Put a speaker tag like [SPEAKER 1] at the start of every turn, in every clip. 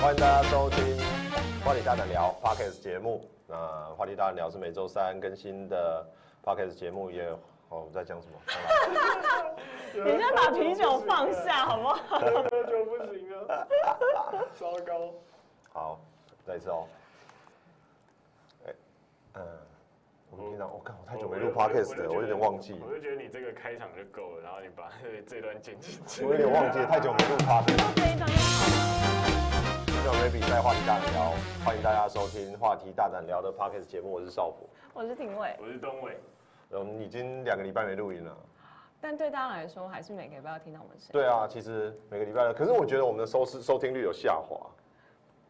[SPEAKER 1] 欢迎大家收听《话题大胆聊》Podcast 节目。那《话题大胆聊》是每周三更新的 Podcast 节目，也有哦，我在讲什么？
[SPEAKER 2] 你先把啤酒 放下好不好？
[SPEAKER 3] 喝酒不行 啊，糟糕！
[SPEAKER 1] 好，再一次哦。哎、嗯、我们平常我看、我太久没录 Podcast 了，我有点忘记，
[SPEAKER 3] 我就觉得你这个开场就够了，然后你把这段剪进去
[SPEAKER 1] 我。有点忘记，太久没录 Podcast 了。
[SPEAKER 2] 这一段就好了。
[SPEAKER 1] 今晚没比赛，话题大胆聊，欢迎大家收听《话题大胆聊》的 Podcast 节目，我是少普。
[SPEAKER 2] 我是廷伟，
[SPEAKER 3] 我是东伟，
[SPEAKER 1] 我们已经两个礼拜没录音了。
[SPEAKER 2] 但对大家来说，还是每个礼拜要听到我们声音。
[SPEAKER 1] 对啊，其实每个礼拜的，可是我觉得我们的收视收听率有下滑。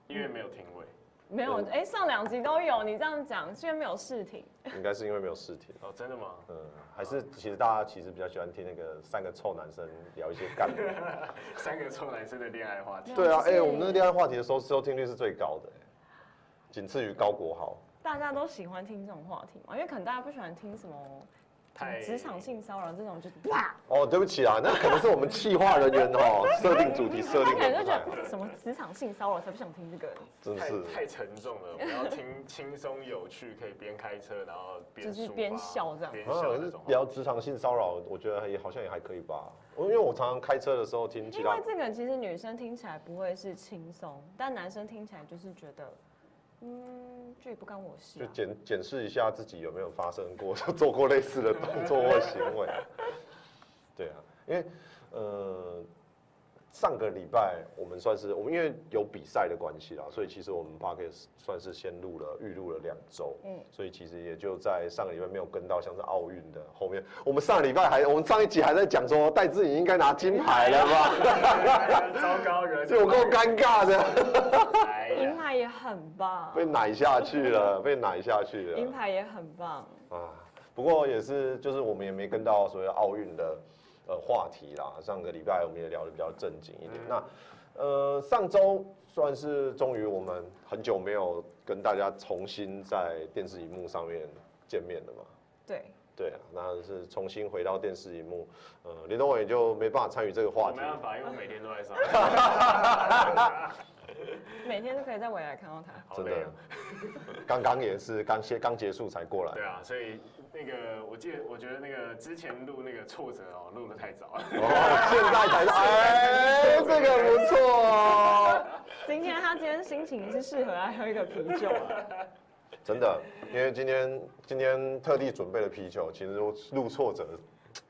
[SPEAKER 3] 因为没有停位。
[SPEAKER 2] 没有，哎、上两集都有，你这样讲，虽然没有试听，
[SPEAKER 1] 应该是因为没有试听。
[SPEAKER 3] 哦，真的吗？
[SPEAKER 1] 嗯，还是其实大家其实比较喜欢听那个三个臭男生聊一些干的。
[SPEAKER 3] 三个臭男生的恋爱话题。
[SPEAKER 1] 对啊，
[SPEAKER 2] 就
[SPEAKER 1] 哎、
[SPEAKER 2] 是
[SPEAKER 1] 我们那个恋爱话题的收收听率是最高的、哎仅次于高国豪。
[SPEAKER 2] 大家都喜欢听这种话题嘛，因为可能大家不喜欢听什么
[SPEAKER 3] 太
[SPEAKER 2] 职场性骚扰这种，就是哇，
[SPEAKER 1] 哦，对不起啊，那可能是我们企划人员哦，设定主题设
[SPEAKER 2] 哎他
[SPEAKER 1] 定
[SPEAKER 2] 可
[SPEAKER 1] 的不太
[SPEAKER 2] 能就觉
[SPEAKER 1] 好，
[SPEAKER 2] 得什么职场性骚扰才不想听这个，
[SPEAKER 1] 真
[SPEAKER 3] 太
[SPEAKER 1] 是。
[SPEAKER 3] 太沉重了，我们要听轻松有趣，可以边开车然后边
[SPEAKER 2] 就是
[SPEAKER 3] 抒发
[SPEAKER 2] 边笑这样
[SPEAKER 3] 边
[SPEAKER 1] 啊
[SPEAKER 3] 笑
[SPEAKER 1] 可
[SPEAKER 3] 那
[SPEAKER 1] 是
[SPEAKER 3] 种话。
[SPEAKER 1] 聊职场性骚扰，我觉得也好像也还可以吧。因为我常常开车的时候听其
[SPEAKER 2] 因
[SPEAKER 1] 他
[SPEAKER 2] 为，这个其实女生听起来不会是轻松，但男生听起来就是觉得，嗯，这也不干我事、
[SPEAKER 1] 就
[SPEAKER 2] 啊。
[SPEAKER 1] 检检视一下自己有没有发生过 做过类似的动作或行为。对啊，因为呃上个礼拜我们算是我们因为有比赛的关系啦，所以其实我们 p o d c a s t 算是先录了预录了两周，嗯
[SPEAKER 2] 嗯，
[SPEAKER 1] 所以其实也就在上个礼拜没有跟到像是奥运的后面。我们上个礼拜还我们上一集还在讲说戴志颖应该拿金牌了 吧，
[SPEAKER 3] 哎糟糕， 人
[SPEAKER 1] 就有够尴尬的。
[SPEAKER 3] 哎
[SPEAKER 1] 啊
[SPEAKER 2] 银
[SPEAKER 3] 呀，
[SPEAKER 2] 牌也很棒，
[SPEAKER 1] 被奶下去了，被奶下去
[SPEAKER 2] 银
[SPEAKER 1] 了
[SPEAKER 2] 牌也很棒。
[SPEAKER 1] 啊！不过也是，就是我们也没跟到所谓奥运的呃话题啦。上个礼拜我们也聊得比较正经一点。
[SPEAKER 3] 嗯
[SPEAKER 1] 那呃，上周算是终于我们很久没有跟大家重新在电视荧幕上面见面了嘛。
[SPEAKER 2] 对，
[SPEAKER 1] 对啊，那是重新回到电视荧幕，呃，林东伟就没办法参与这个话
[SPEAKER 3] 我
[SPEAKER 1] 题
[SPEAKER 3] 没
[SPEAKER 1] 了
[SPEAKER 3] 办法，因为我每天都在上班，
[SPEAKER 2] 每天都可以在未来看到他。
[SPEAKER 3] 好
[SPEAKER 1] 真
[SPEAKER 3] 累
[SPEAKER 1] 的
[SPEAKER 3] 哦。，
[SPEAKER 1] 刚刚也是刚结刚结束才过来
[SPEAKER 3] 对，啊，所以那个我记得，我觉得那个之前录那个挫折哦，录的太早了。
[SPEAKER 1] 哦，现在才是，哎，这个不错哦，
[SPEAKER 2] 今天他今天心情是适合来喝一个啤酒啊，
[SPEAKER 1] 真的，因为今天今天特地准备了啤酒，其实我录挫折，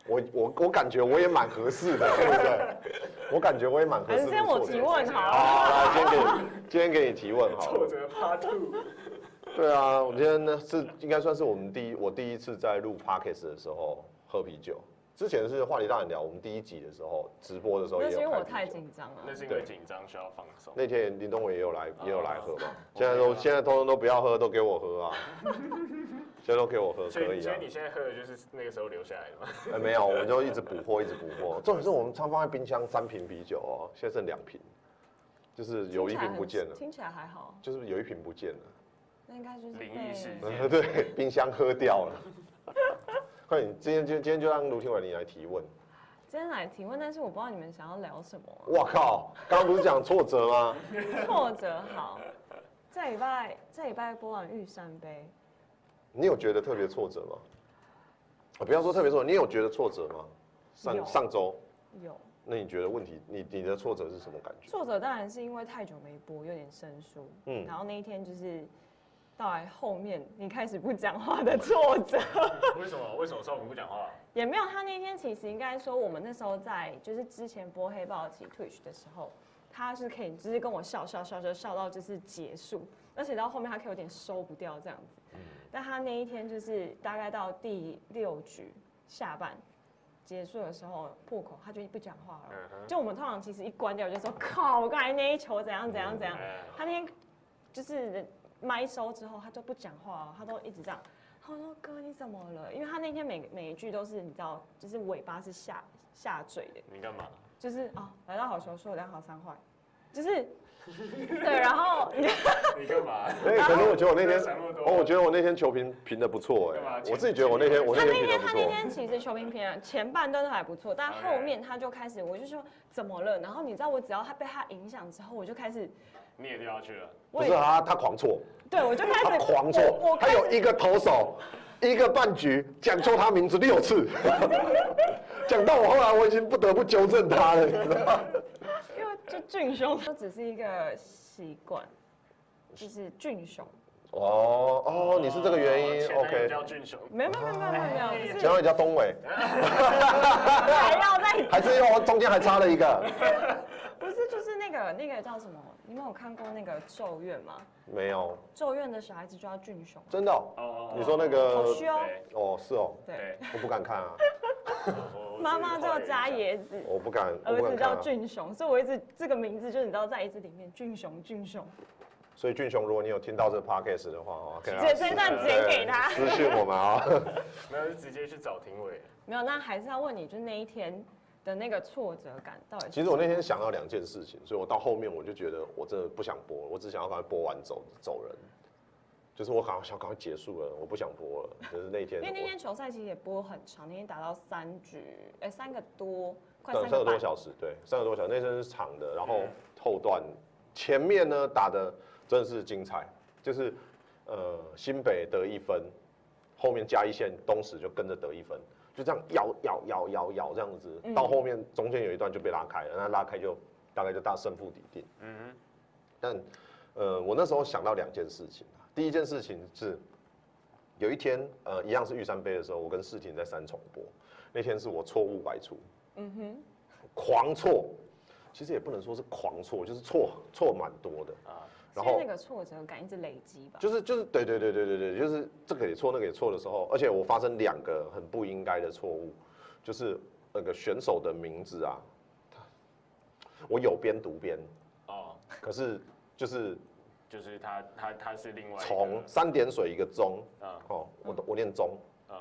[SPEAKER 1] 我我我感觉我也蛮合适 的，对不对？我感觉我也蛮合
[SPEAKER 2] 还
[SPEAKER 1] 适
[SPEAKER 2] 是
[SPEAKER 1] 的。啊
[SPEAKER 2] 先我提问好
[SPEAKER 1] 好。
[SPEAKER 2] 了。
[SPEAKER 1] 好，来，今天给你，今天给你提问好
[SPEAKER 3] 挫
[SPEAKER 1] 了。
[SPEAKER 3] 折 Part Two，
[SPEAKER 1] 对啊，我今天呢是应该算是我们第一，我第一次在录 podcast 的时候喝啤酒。之前是话题大人聊，我们第一集的时候直播的时候也
[SPEAKER 2] 那
[SPEAKER 1] 有
[SPEAKER 2] 是因为
[SPEAKER 1] 开
[SPEAKER 2] 我
[SPEAKER 1] 啤
[SPEAKER 2] 太
[SPEAKER 1] 酒
[SPEAKER 2] 紧张了
[SPEAKER 3] 那。是因为紧张需要放松。
[SPEAKER 1] 那天林东伟也有来，
[SPEAKER 2] 哦
[SPEAKER 1] 也有来喝嘛。现在
[SPEAKER 3] 我没
[SPEAKER 1] 都
[SPEAKER 3] 有啊
[SPEAKER 1] 现在通通都不要喝，都给我喝 啊！现在都给我喝，
[SPEAKER 3] 所
[SPEAKER 1] 可
[SPEAKER 3] 以，
[SPEAKER 1] 以
[SPEAKER 3] 所
[SPEAKER 1] 啊
[SPEAKER 3] 以。你现在喝的就是那个时候留下来的吗？
[SPEAKER 1] 哎，没有，我们就一直补货，一直补货。重点是我们常放在冰箱三瓶啤酒哦，现在剩两瓶，就是有一瓶不见了，
[SPEAKER 2] 听起来很听起来还好，
[SPEAKER 1] 就是有一瓶不见了，
[SPEAKER 2] 那应该就是
[SPEAKER 3] 灵
[SPEAKER 2] 被
[SPEAKER 3] 异事 件
[SPEAKER 1] 对，冰箱喝掉了。 快点，今天就今天就让卢廷伟你来提问。
[SPEAKER 2] 今天来提问，但是我不知道你们想要聊什么啊、
[SPEAKER 1] 哇靠，刚刚不是讲挫折吗？
[SPEAKER 2] 挫折 好，这礼拜这礼拜播完玉山杯，
[SPEAKER 1] 你有觉得特别挫折吗？啊，不要说特别挫折，你有觉得挫折吗？
[SPEAKER 2] 有
[SPEAKER 1] 上上周。
[SPEAKER 2] 有
[SPEAKER 1] 那你觉得问题，你你的挫折是什么感觉？
[SPEAKER 2] 作者当然是因为太久没播，有点生疏。
[SPEAKER 1] 嗯
[SPEAKER 2] 嗯，然后那一天就是到来后面你开始不讲话的作者，
[SPEAKER 3] 为什么？为什么说我们不讲话？
[SPEAKER 2] 也没有他那天其实应该说我们那时候在就是之前播黑豹及 Twitch 的时候，他是可以就是跟我笑笑笑笑笑到就是结束，而且到后面他可以有点收不掉这样
[SPEAKER 1] 嗯
[SPEAKER 2] 子。但他那一天就是大概到第六局下半。结束的时候破口，他就不讲话了。
[SPEAKER 3] 嗯哼
[SPEAKER 2] 就我们通常其实一关掉就说靠，我刚才那一球怎样怎样怎样。
[SPEAKER 1] 嗯
[SPEAKER 3] 哎
[SPEAKER 2] 他那天就是麦收之后，他就不讲话了，他都一直这样。他说：“哥，你怎么了？”因为他那天每每一句都是你知道，就是尾巴是下下坠的，
[SPEAKER 3] 你干嘛？
[SPEAKER 2] 就是哦，来到好球说我两好三坏， 就是对，然后你
[SPEAKER 3] 你干嘛？
[SPEAKER 1] 哎，可是我觉得我那天
[SPEAKER 3] 想那么，多
[SPEAKER 1] 哦，我觉得我那天球评评的不错
[SPEAKER 3] 干嘛
[SPEAKER 1] 哎，
[SPEAKER 3] 前
[SPEAKER 1] 我自己觉得我那天我那
[SPEAKER 2] 他
[SPEAKER 1] 天
[SPEAKER 2] 那
[SPEAKER 1] 评的
[SPEAKER 2] 天
[SPEAKER 1] 不
[SPEAKER 2] 他那
[SPEAKER 1] 错，
[SPEAKER 2] 天其实球评评啊，前半段都还不错，但
[SPEAKER 3] OK
[SPEAKER 2] 后面他就开始，我就说怎么了？然后你知道，我只要他被他影响之后，我就开始，
[SPEAKER 3] 你也掉下去了，
[SPEAKER 1] 不
[SPEAKER 2] 我
[SPEAKER 1] 是啊
[SPEAKER 2] 也
[SPEAKER 1] 他他狂错，
[SPEAKER 2] 哎对我就开
[SPEAKER 1] 他
[SPEAKER 2] 始
[SPEAKER 1] 狂
[SPEAKER 2] 我
[SPEAKER 1] 错
[SPEAKER 2] 我，
[SPEAKER 1] 他
[SPEAKER 2] 开
[SPEAKER 1] 有
[SPEAKER 2] 始
[SPEAKER 1] 一个投手，一个半局讲错他名字六次， 讲到我后来我已经不得不纠正他了，你知道吗？
[SPEAKER 2] 因为就俊雄，就只是一个习惯，就是俊雄，
[SPEAKER 1] 哦哦，你是这个原因
[SPEAKER 3] 前男友
[SPEAKER 1] ，OK。
[SPEAKER 3] 叫俊雄，
[SPEAKER 2] 没有嗯没有没有没有没有没有，就是
[SPEAKER 1] 前面叫东伟，
[SPEAKER 2] 还要再
[SPEAKER 1] 还是因为我中间还差了一 个？
[SPEAKER 2] 不是就是那个那个叫什么？你们有看过那个《咒怨》吗？
[SPEAKER 1] 没有，
[SPEAKER 2] 《咒怨》的小孩子就叫俊雄，
[SPEAKER 1] 真的哦、
[SPEAKER 3] 哦
[SPEAKER 1] 你说那
[SPEAKER 2] 好
[SPEAKER 1] 个
[SPEAKER 2] 虚哦。
[SPEAKER 3] 对
[SPEAKER 1] 哦，是哦，
[SPEAKER 2] 对，
[SPEAKER 3] 对，
[SPEAKER 1] 我不敢看啊，
[SPEAKER 3] 我
[SPEAKER 2] 妈妈叫加，椰子，
[SPEAKER 1] 我不 敢，我不
[SPEAKER 2] 儿子
[SPEAKER 1] 敢看、
[SPEAKER 2] 叫
[SPEAKER 1] 啊。
[SPEAKER 2] 俊雄，所以我一直这个名字就是你知道在一直里面，俊雄俊雄，
[SPEAKER 1] 所以俊雄，如果你有听到这个 podcast 的话哦，可以
[SPEAKER 2] 这这一段直接给他。
[SPEAKER 1] 私讯我们啊、
[SPEAKER 3] 我自己后来也这样那就直接去找评委，
[SPEAKER 2] 没有，那还是要问你，就是那一天的那个挫折感到底是？
[SPEAKER 1] 其实我那天想到两件事情，所以我到后面我就觉得我真的不想播了，我只想要赶快播完走走人，就是我赶快想赶快结束了，我不想播了。就是那天
[SPEAKER 2] 因为那
[SPEAKER 1] 我，
[SPEAKER 2] 天球赛其实也播很长，那天打到三局，哎、三个多，快
[SPEAKER 1] 对
[SPEAKER 2] 三
[SPEAKER 1] 三
[SPEAKER 2] 个
[SPEAKER 1] 个
[SPEAKER 2] 半
[SPEAKER 1] 多。
[SPEAKER 2] 嗯
[SPEAKER 1] 小时，对，三个多小时，那天是长的，然后后段前面呢打的真的是精彩，就是呃新北得一分，后面加一线东石就跟着得一分，就这样咬咬咬咬咬这样子，
[SPEAKER 2] 嗯
[SPEAKER 1] 到后面中间有一段就被拉开了，那拉开就大概就大胜负底定。
[SPEAKER 3] 嗯
[SPEAKER 1] 但呃，我那时候想到两件事情啊。第一件事情是，有一天呃，一样是玉山杯的时候，我跟世婷在三重播，那天是我错误百出，
[SPEAKER 2] 嗯哼，
[SPEAKER 1] 狂错，其实也不能说是狂错，就是错错蛮多的。
[SPEAKER 3] 哼啊，
[SPEAKER 1] 然
[SPEAKER 2] 所以
[SPEAKER 1] 后
[SPEAKER 2] 那个挫折感一直累积吧。
[SPEAKER 1] 就是就是对对对对对对，就是这个也错那个也错的时候，而且我发生两个很不应该的错误，就是那个选手的名字啊，他我有边读边，
[SPEAKER 3] 哦，
[SPEAKER 1] 可是就是
[SPEAKER 3] 就是他他他是另外一个
[SPEAKER 1] 从三点水一个中。
[SPEAKER 3] 嗯
[SPEAKER 1] 哦，我都我念中，
[SPEAKER 3] 嗯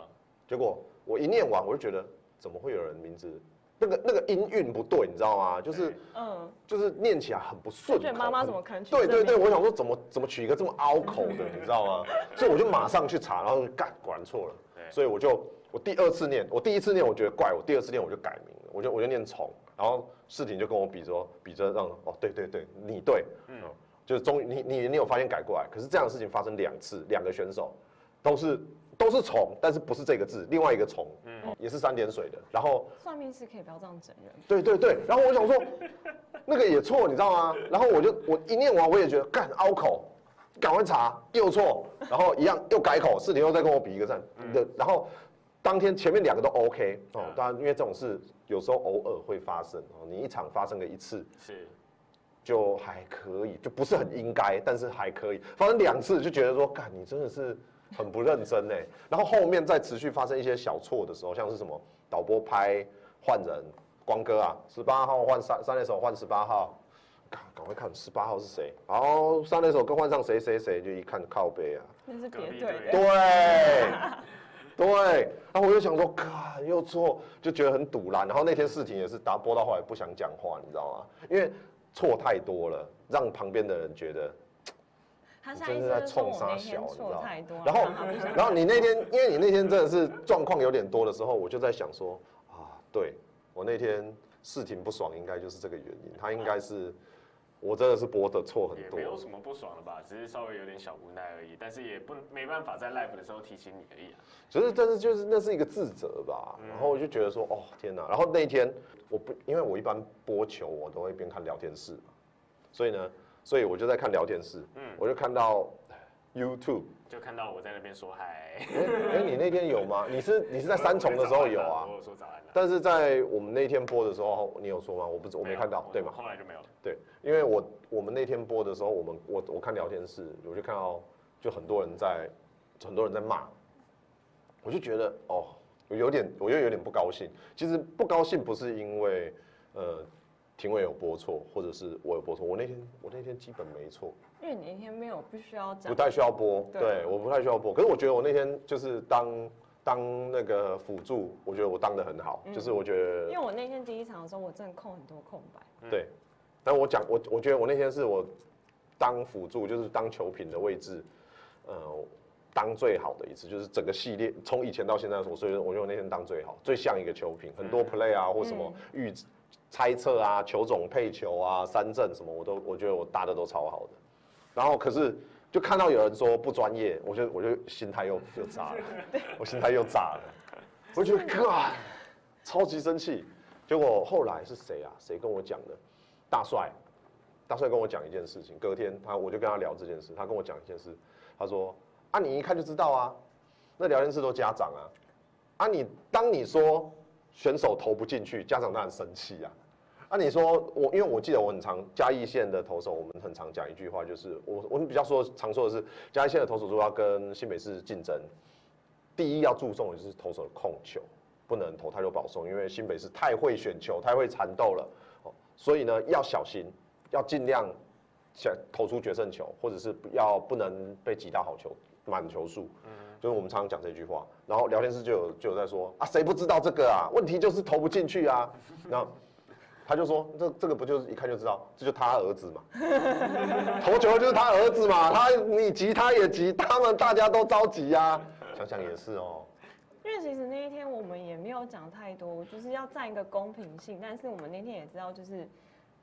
[SPEAKER 1] 结果我一念完我就觉得怎么会有人名字那个那个音韵不对，你知道吗？就是
[SPEAKER 3] 对
[SPEAKER 2] 嗯，
[SPEAKER 1] 就是念起来很不顺
[SPEAKER 2] 就
[SPEAKER 1] 口。
[SPEAKER 2] 觉得妈妈怎么
[SPEAKER 1] 很
[SPEAKER 2] 可能取
[SPEAKER 1] 对对
[SPEAKER 2] 这名
[SPEAKER 1] 对，我想说怎么怎么取一个这么拗口的，你知道 吗？所以我就马上去查，然后就干果然错了，
[SPEAKER 3] 对，
[SPEAKER 1] 所以我就我第二次念，我第一次念我觉得怪，我第二次念我就改名了，我就我就念虫，然后世婷就跟我比着比着让哦对对对你对，
[SPEAKER 3] 嗯
[SPEAKER 1] 嗯，就是终于你你你有发现改过来，可是这样的事情发生两次，两个选手都是都是虫，但是不是这个字，另外一个虫，
[SPEAKER 3] 嗯
[SPEAKER 1] 也是三点水的。然后
[SPEAKER 2] 算命师可以不要这样整人。
[SPEAKER 1] 对对对，然后我 想说那个也错，你知道吗？然后我就我一念完我也觉得干拗口，赶快查又错，然后一样又改口，是你又再跟我比一个赞
[SPEAKER 3] 嗯
[SPEAKER 1] 的，然后。当天前面两个都 OK 哦
[SPEAKER 3] 嗯，
[SPEAKER 1] 当然因为这种事有时候偶尔会发生哦，你一场发生个一次，
[SPEAKER 3] 是
[SPEAKER 1] 就还可以，就不是很应该，但是还可以。发生两次就觉得说，干你真的是很不认真哎。然后后面再持续发生一些小错的时候，像是什么导播拍换人，光哥啊，十八号换三三垒手换十八号，赶赶快看十八号是谁，然后三垒手跟换上谁谁谁，就一看靠背啊，
[SPEAKER 2] 那是
[SPEAKER 3] 隔
[SPEAKER 2] 别
[SPEAKER 3] 壁
[SPEAKER 2] 队
[SPEAKER 3] 队
[SPEAKER 2] 的。
[SPEAKER 1] 对，对，然后我就想说，嘎，又错，就觉得很堵然。然后那天事情也是打播到后来不想讲话，你知道吗？因为错太多了，让旁边的人觉得。
[SPEAKER 2] 他
[SPEAKER 1] 你
[SPEAKER 2] 下
[SPEAKER 1] 真
[SPEAKER 2] 一
[SPEAKER 1] 是
[SPEAKER 2] 次
[SPEAKER 1] 在
[SPEAKER 2] 就说
[SPEAKER 1] 冲
[SPEAKER 2] 我
[SPEAKER 1] 啥
[SPEAKER 2] 那
[SPEAKER 1] 小
[SPEAKER 2] 天
[SPEAKER 1] 你知道
[SPEAKER 2] 错太多了，
[SPEAKER 1] 然后
[SPEAKER 2] 让他不想
[SPEAKER 1] 然后你那天，因为你那天真的是状况有点多的时候，我就在想说，啊，对我那天事情不爽，应该就是这个原因。他应该是我真的是播的错很
[SPEAKER 3] 也
[SPEAKER 1] 多
[SPEAKER 3] 没。有什么不爽的吧，只是稍微有点小无奈而已，但是也不没办法在 live 的时候提醒你而已啊。
[SPEAKER 1] 只是，但是就是那是一个自责吧。然后我就觉得说，哦天哪！然后那一天我不，因为我一般播球我都会边看聊天室嘛，所以呢，所以我就在看聊天室，
[SPEAKER 3] 嗯，
[SPEAKER 1] 我就看到呃 YouTube。
[SPEAKER 3] 就看到我在那边说嗨。
[SPEAKER 1] 哎、哎你那天有吗？你是你是在三重的时候有啊
[SPEAKER 3] 我？有说早安的，
[SPEAKER 1] 但是在我们那天播的时候，你有说吗？我不知我没看到，对吗？
[SPEAKER 3] 后来就没有了。
[SPEAKER 1] 对，因为我我们那天播的时候，我们我我看聊天室，我就看到就很多人在很多人在骂，我就觉得哦，我有点我又有点不高兴。其实不高兴不是因为呃评委有播错，或者是我有播错，我那天我那天基本没错，
[SPEAKER 2] 因为你那天没有必须要讲
[SPEAKER 1] 不，太需要播，
[SPEAKER 2] 对
[SPEAKER 1] 对我不太需要播。可是我觉得我那天就是当当那个辅助，我觉得我当的很好，就是我觉
[SPEAKER 2] 因
[SPEAKER 1] 得
[SPEAKER 2] 为我那天第一场的时候，我真的空很多空白，
[SPEAKER 1] 对。但我讲我我觉得我那天是我当辅助，就是当球评的位置，呃，当最好的一次，就是整个系列从以前到现在，我所以我觉得我那天当最好，最像一个球评，很多 play 啊或什么预猜测啊、球种配球啊、三振什么，我都我觉得我打的都超好的。然后可是就看到有人说不专业，我就我就心态又又炸了，我心态又炸了，我就觉得哇，超级生气。结果后来是谁啊？谁跟我讲的？大帅，大帅跟我讲一件事情。隔天他我就跟他聊这件事，他跟我讲一件事，他说啊，你一看就知道啊，那聊天室都家长啊，啊你当你说选手投不进去，家长当然生气啊。啊，你说我，因为我记得我很常嘉义县的投手，我们很常讲一句话，就是我我们比较说常说的是，嘉义县的投手如果要跟新北市竞争，第一要注重的就是投手的控球，不能投太多保送，因为新北市太会选球，太会缠斗了，哦，所以呢要小心，要尽量想投出决胜球，或者是不要不能被挤到好球满球数，就是我们常常讲这句话。然后聊天室就有就有在说啊，谁不知道这个啊？问题就是投不进去啊， 然后。他就说：“这这个不就是一看就知道，这就他儿 子嘛，投球就是他儿子嘛，他你急他也急，他们大家都着急呀、想想也是哦，
[SPEAKER 2] 因为其实那一天我们也没有讲太多，就是要占一个公平性。但是我们那天也知道，就是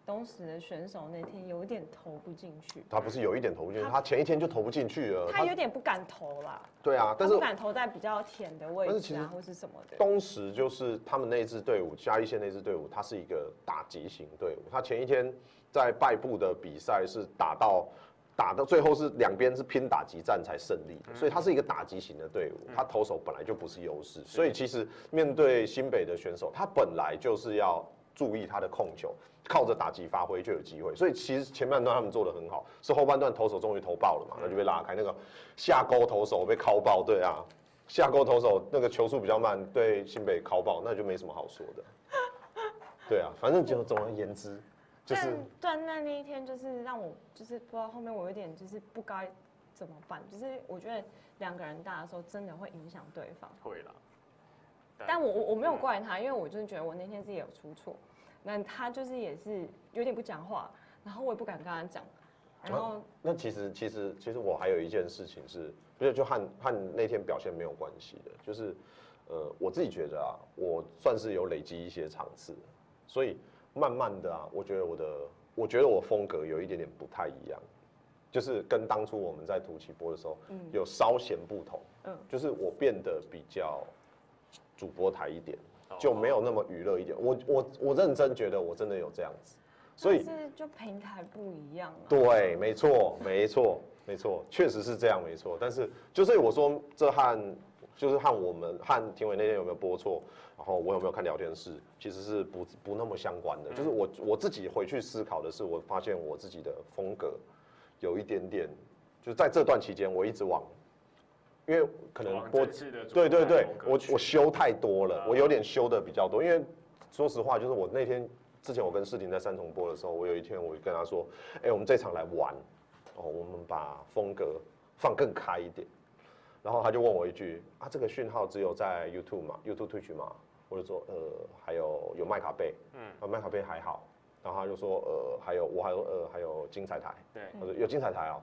[SPEAKER 2] 东石的选手那天有点投不进去，
[SPEAKER 1] 他不是有一点投不进去，他前一天就投不进去了。
[SPEAKER 2] 他有点不敢投啦，
[SPEAKER 1] 对啊，
[SPEAKER 2] 他
[SPEAKER 1] 呃但是
[SPEAKER 2] 不敢投在比较甜的位
[SPEAKER 1] 但是
[SPEAKER 2] 置
[SPEAKER 1] 其实
[SPEAKER 2] 啊，或是什么的。
[SPEAKER 1] 东石就是他们那一支队伍，嘉义县那支队伍，它是一个打击型队伍。他前一天在败部的比赛是打到打到最后是两边是拼打击战才胜利的，所以它是一个打击型的队伍。他投手本来就不是优势，所以其实面对新北的选手，他本来就是要注意他的控球，靠着打击发挥就有机会。所以其实前半段他们做的很好，是后半段投手终于投爆了嘛，那就被拉开。那个下勾投手被敲爆，对啊，下勾投手那个球速比较慢，对新北敲爆，那就没什么好说的。对啊，反正就总而言之，就是
[SPEAKER 2] 但断难那一天就是让我就是不知道后面我有点就是不该怎么办，就是我觉得两个人打的时候真的会影响对方。
[SPEAKER 3] 会啦。
[SPEAKER 2] 但我我我没有怪他，因为我就是觉得我那天自己有出错，那他就是也是有点不讲话，然后我也不敢跟他讲，然
[SPEAKER 1] 啊
[SPEAKER 2] 后
[SPEAKER 1] 那其实其实其实我还有一件事情是，不是就和和那天表现没有关系的，就是呃我自己觉得啊，我算是有累积一些场次，所以慢慢的啊，我觉得我的我觉得我风格有一点点不太一样，就是跟当初我们在土起播的时候，有稍显不同，
[SPEAKER 2] 嗯
[SPEAKER 1] 就是我变得比较主播台一点
[SPEAKER 3] 哦，
[SPEAKER 1] 就没有那么娱乐一点，我我我认真觉得我真的有这样子，所以
[SPEAKER 2] 但是就平台不一样啊。
[SPEAKER 1] 对，没错，没错，没错，确实是这样，没错。但是就所以我说，这和就是和我们和庭伟那天有没有播错，然后我有没有看聊天室，其实是不不那么相关的。就是我我自己回去思考的是，我发现我自己的风格有一点点，就是在这段期间，我一直往，因为可能
[SPEAKER 3] 往
[SPEAKER 1] 播
[SPEAKER 3] 正式的主
[SPEAKER 1] 对对
[SPEAKER 3] 流
[SPEAKER 1] 对
[SPEAKER 3] 风，格
[SPEAKER 1] 我
[SPEAKER 3] 去
[SPEAKER 1] 我修太多了
[SPEAKER 3] 啊，
[SPEAKER 1] 我有点修的比较多，因为说实话，就是我那天之前我跟世婷在三重播的时候，我有一天我就跟他说，哎、我们这场来玩，哦，我们把风格放更开一点，然后他就问我一句，啊，这个讯号只有在 YouTube 嘛，YouTube Twitch 嘛，我就说，呃，还有有麦卡贝，嗯，啊，麦卡贝还好，然后他就说，呃，还有我还有呃还有精彩台，
[SPEAKER 3] 对
[SPEAKER 1] 他说有精彩台哦。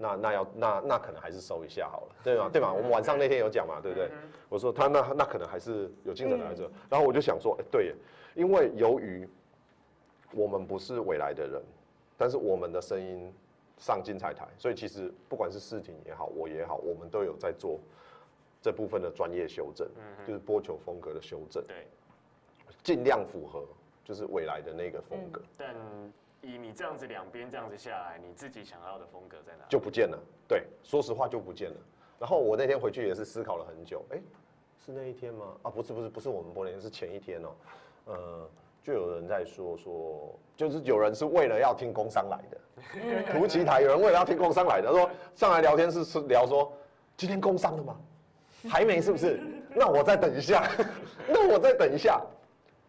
[SPEAKER 1] 那那要那那可能还是收一下好了，对吧？对吧？我们晚上那天有讲嘛，对不对？我说他那那可能还是有精神来着。然后我就想说，哎、对耶，因为由于我们不是未来的人，但是我们的声音上精彩台，所以其实不管是视听也好，我也好，我们都有在做这部分的专业修正，就是播球风格的修正，
[SPEAKER 3] 对，
[SPEAKER 1] 尽量符合就是未来的那个风格，
[SPEAKER 3] 但以你这样子两边这样子下来，你自己想要的风格在哪？
[SPEAKER 1] 就不见了。对，说实话就不见了。然后我那天回去也是思考了很久，哎、是那一天吗？啊，不是不是不是我们播那天，是前一天哦、呃，就有人在说说，就是有人是为了要听工商来 的，图奇台有人为了要听工商来的，他说上来聊天是是聊说今天工商了吗？还没是不是？那我再等一下， 那我再等一下。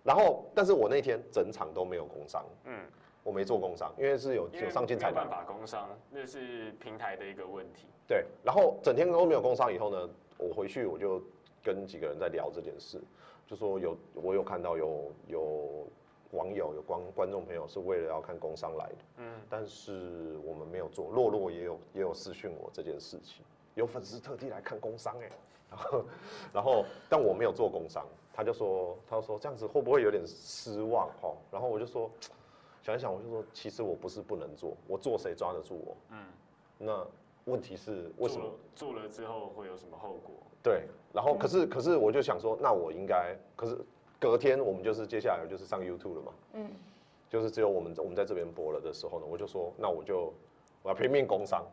[SPEAKER 1] 然后，但是我那天整场都没有工商，嗯，我没做工商，因为是有
[SPEAKER 3] 因为
[SPEAKER 1] 有上精彩
[SPEAKER 3] 没有
[SPEAKER 1] 的
[SPEAKER 3] 办，法工商，那是平台的一个问题。
[SPEAKER 1] 对，然后整天都没有工伤以后呢，我回去我就跟几个人在聊这件事，就说有我有看到有有网友、有观观众朋友是为了要看工商来的，
[SPEAKER 3] 嗯，
[SPEAKER 1] 但是我们没有做。洛洛也有也有私讯我这件事情，有粉丝特地来看工商哎、然后 然后但我没有做工商，他就说他就说这样子会不会有点失望哈？然后我就说想一想，我就说其实我不是不能做，我做谁抓得住我？嗯
[SPEAKER 3] 嗯，
[SPEAKER 1] 那问题是为什么
[SPEAKER 3] 做？了做了之后会有什么后果？
[SPEAKER 1] 对，然后可是可是我就想说，那我应该可是隔天我们就是接下来就是上 YouTube 了嘛，
[SPEAKER 2] 嗯，
[SPEAKER 1] 就是只有我们我们在这边播了的时候呢，我就说那我就我要拼命工伤，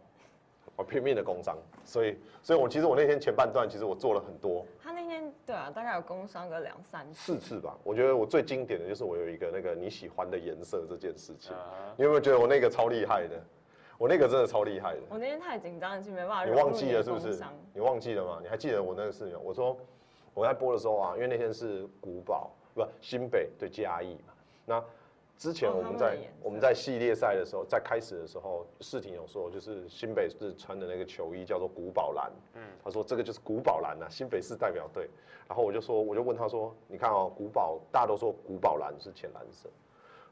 [SPEAKER 1] 我拼命的工伤，所以所以我其实我那天前半段其实我做了很多
[SPEAKER 2] 他那天对啊，大概有工伤个两三次，
[SPEAKER 1] 四次吧，我觉得我最经典的就是我有一个那个你喜欢的颜色这件事情，
[SPEAKER 3] 啊，
[SPEAKER 1] 你有没有觉得我那个超厉害的？我那个真的超厉害的。
[SPEAKER 2] 我那天太紧张，已经没办法
[SPEAKER 1] 你
[SPEAKER 2] 融入
[SPEAKER 1] 忘记了
[SPEAKER 2] 的
[SPEAKER 1] 是不
[SPEAKER 2] 工
[SPEAKER 1] 是
[SPEAKER 2] 伤？
[SPEAKER 1] 你忘记了吗？你还记得我那个事情吗？我说我在播的时候啊，因为那天是古堡不新北对嘉义嘛，那之前
[SPEAKER 2] 哦
[SPEAKER 1] 我
[SPEAKER 2] 他
[SPEAKER 1] 们
[SPEAKER 2] 们
[SPEAKER 1] 在、
[SPEAKER 2] 的颜
[SPEAKER 1] 我们
[SPEAKER 2] 色
[SPEAKER 1] 在系列赛的时候，在开始的时候，世廷有说就是新北市穿的那个球衣叫做古堡蓝，
[SPEAKER 3] 嗯
[SPEAKER 1] 他说这个就是古堡蓝啊，新北市代表队。然后我就说我就问他说，你看哦，古堡大家都说古堡蓝是浅蓝色，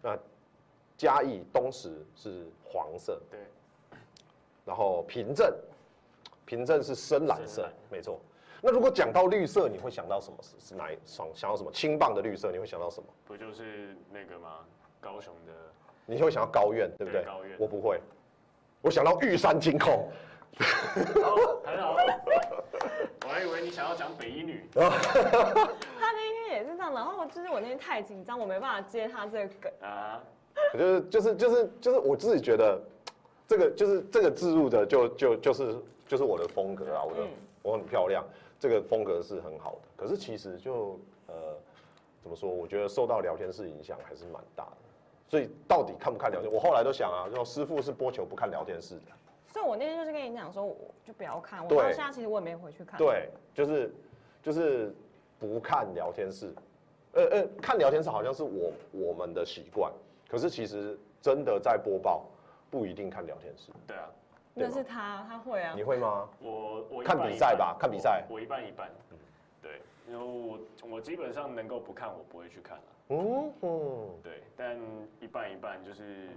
[SPEAKER 1] 那嘉义东石是黄色，
[SPEAKER 3] 对，
[SPEAKER 1] 然后平镇，平镇是深蓝
[SPEAKER 3] 深
[SPEAKER 1] 色
[SPEAKER 3] 蓝，
[SPEAKER 1] 没错。那如果讲到绿色，你会想到什么？是是哪一想想到什么？青棒的绿色，你会想到什么？
[SPEAKER 3] 不就是那个吗？高雄的
[SPEAKER 1] 你会想到高院，对不对？
[SPEAKER 3] 对高院
[SPEAKER 1] 我不会，我想到玉山金控。
[SPEAKER 3] 哦，很好，我还以为你想要讲北一女，
[SPEAKER 2] 他那天也是这样，然后就是我那天太紧张，我没办法接他这个梗。
[SPEAKER 3] 啊，
[SPEAKER 1] 我就是就是就是就是我自己觉得，这个就是这个置入的就就就是就是我的风格啊，我的、
[SPEAKER 2] 嗯
[SPEAKER 1] 我很漂亮，这个风格是很好的。可是其实就呃怎么说，我觉得受到聊天室影响还是蛮大的。所以到底看不看聊天？我后来都想啊，就说师傅是播球不看聊天室的，
[SPEAKER 2] 所以我那天就是跟你讲说，我就不要看。我
[SPEAKER 1] 对
[SPEAKER 2] 到现在其实我也没回去看。，
[SPEAKER 1] 对，就是就是不看聊天室，呃呃，看聊天室好像是我我们的习惯，可是其实真的在播报不一定看聊天室，
[SPEAKER 3] 对啊，
[SPEAKER 1] 对
[SPEAKER 2] 那
[SPEAKER 1] 吧
[SPEAKER 2] 是他，他会啊
[SPEAKER 1] 你。会吗？
[SPEAKER 3] 我我一
[SPEAKER 1] 看
[SPEAKER 3] 半
[SPEAKER 1] 比
[SPEAKER 3] 一
[SPEAKER 1] 赛
[SPEAKER 3] 半
[SPEAKER 1] 吧看比赛嗯
[SPEAKER 3] 我我一半一半，对，然后我我基本上能够不看，我不会去看了，
[SPEAKER 1] 嗯嗯，
[SPEAKER 3] 对，但一半一半就是。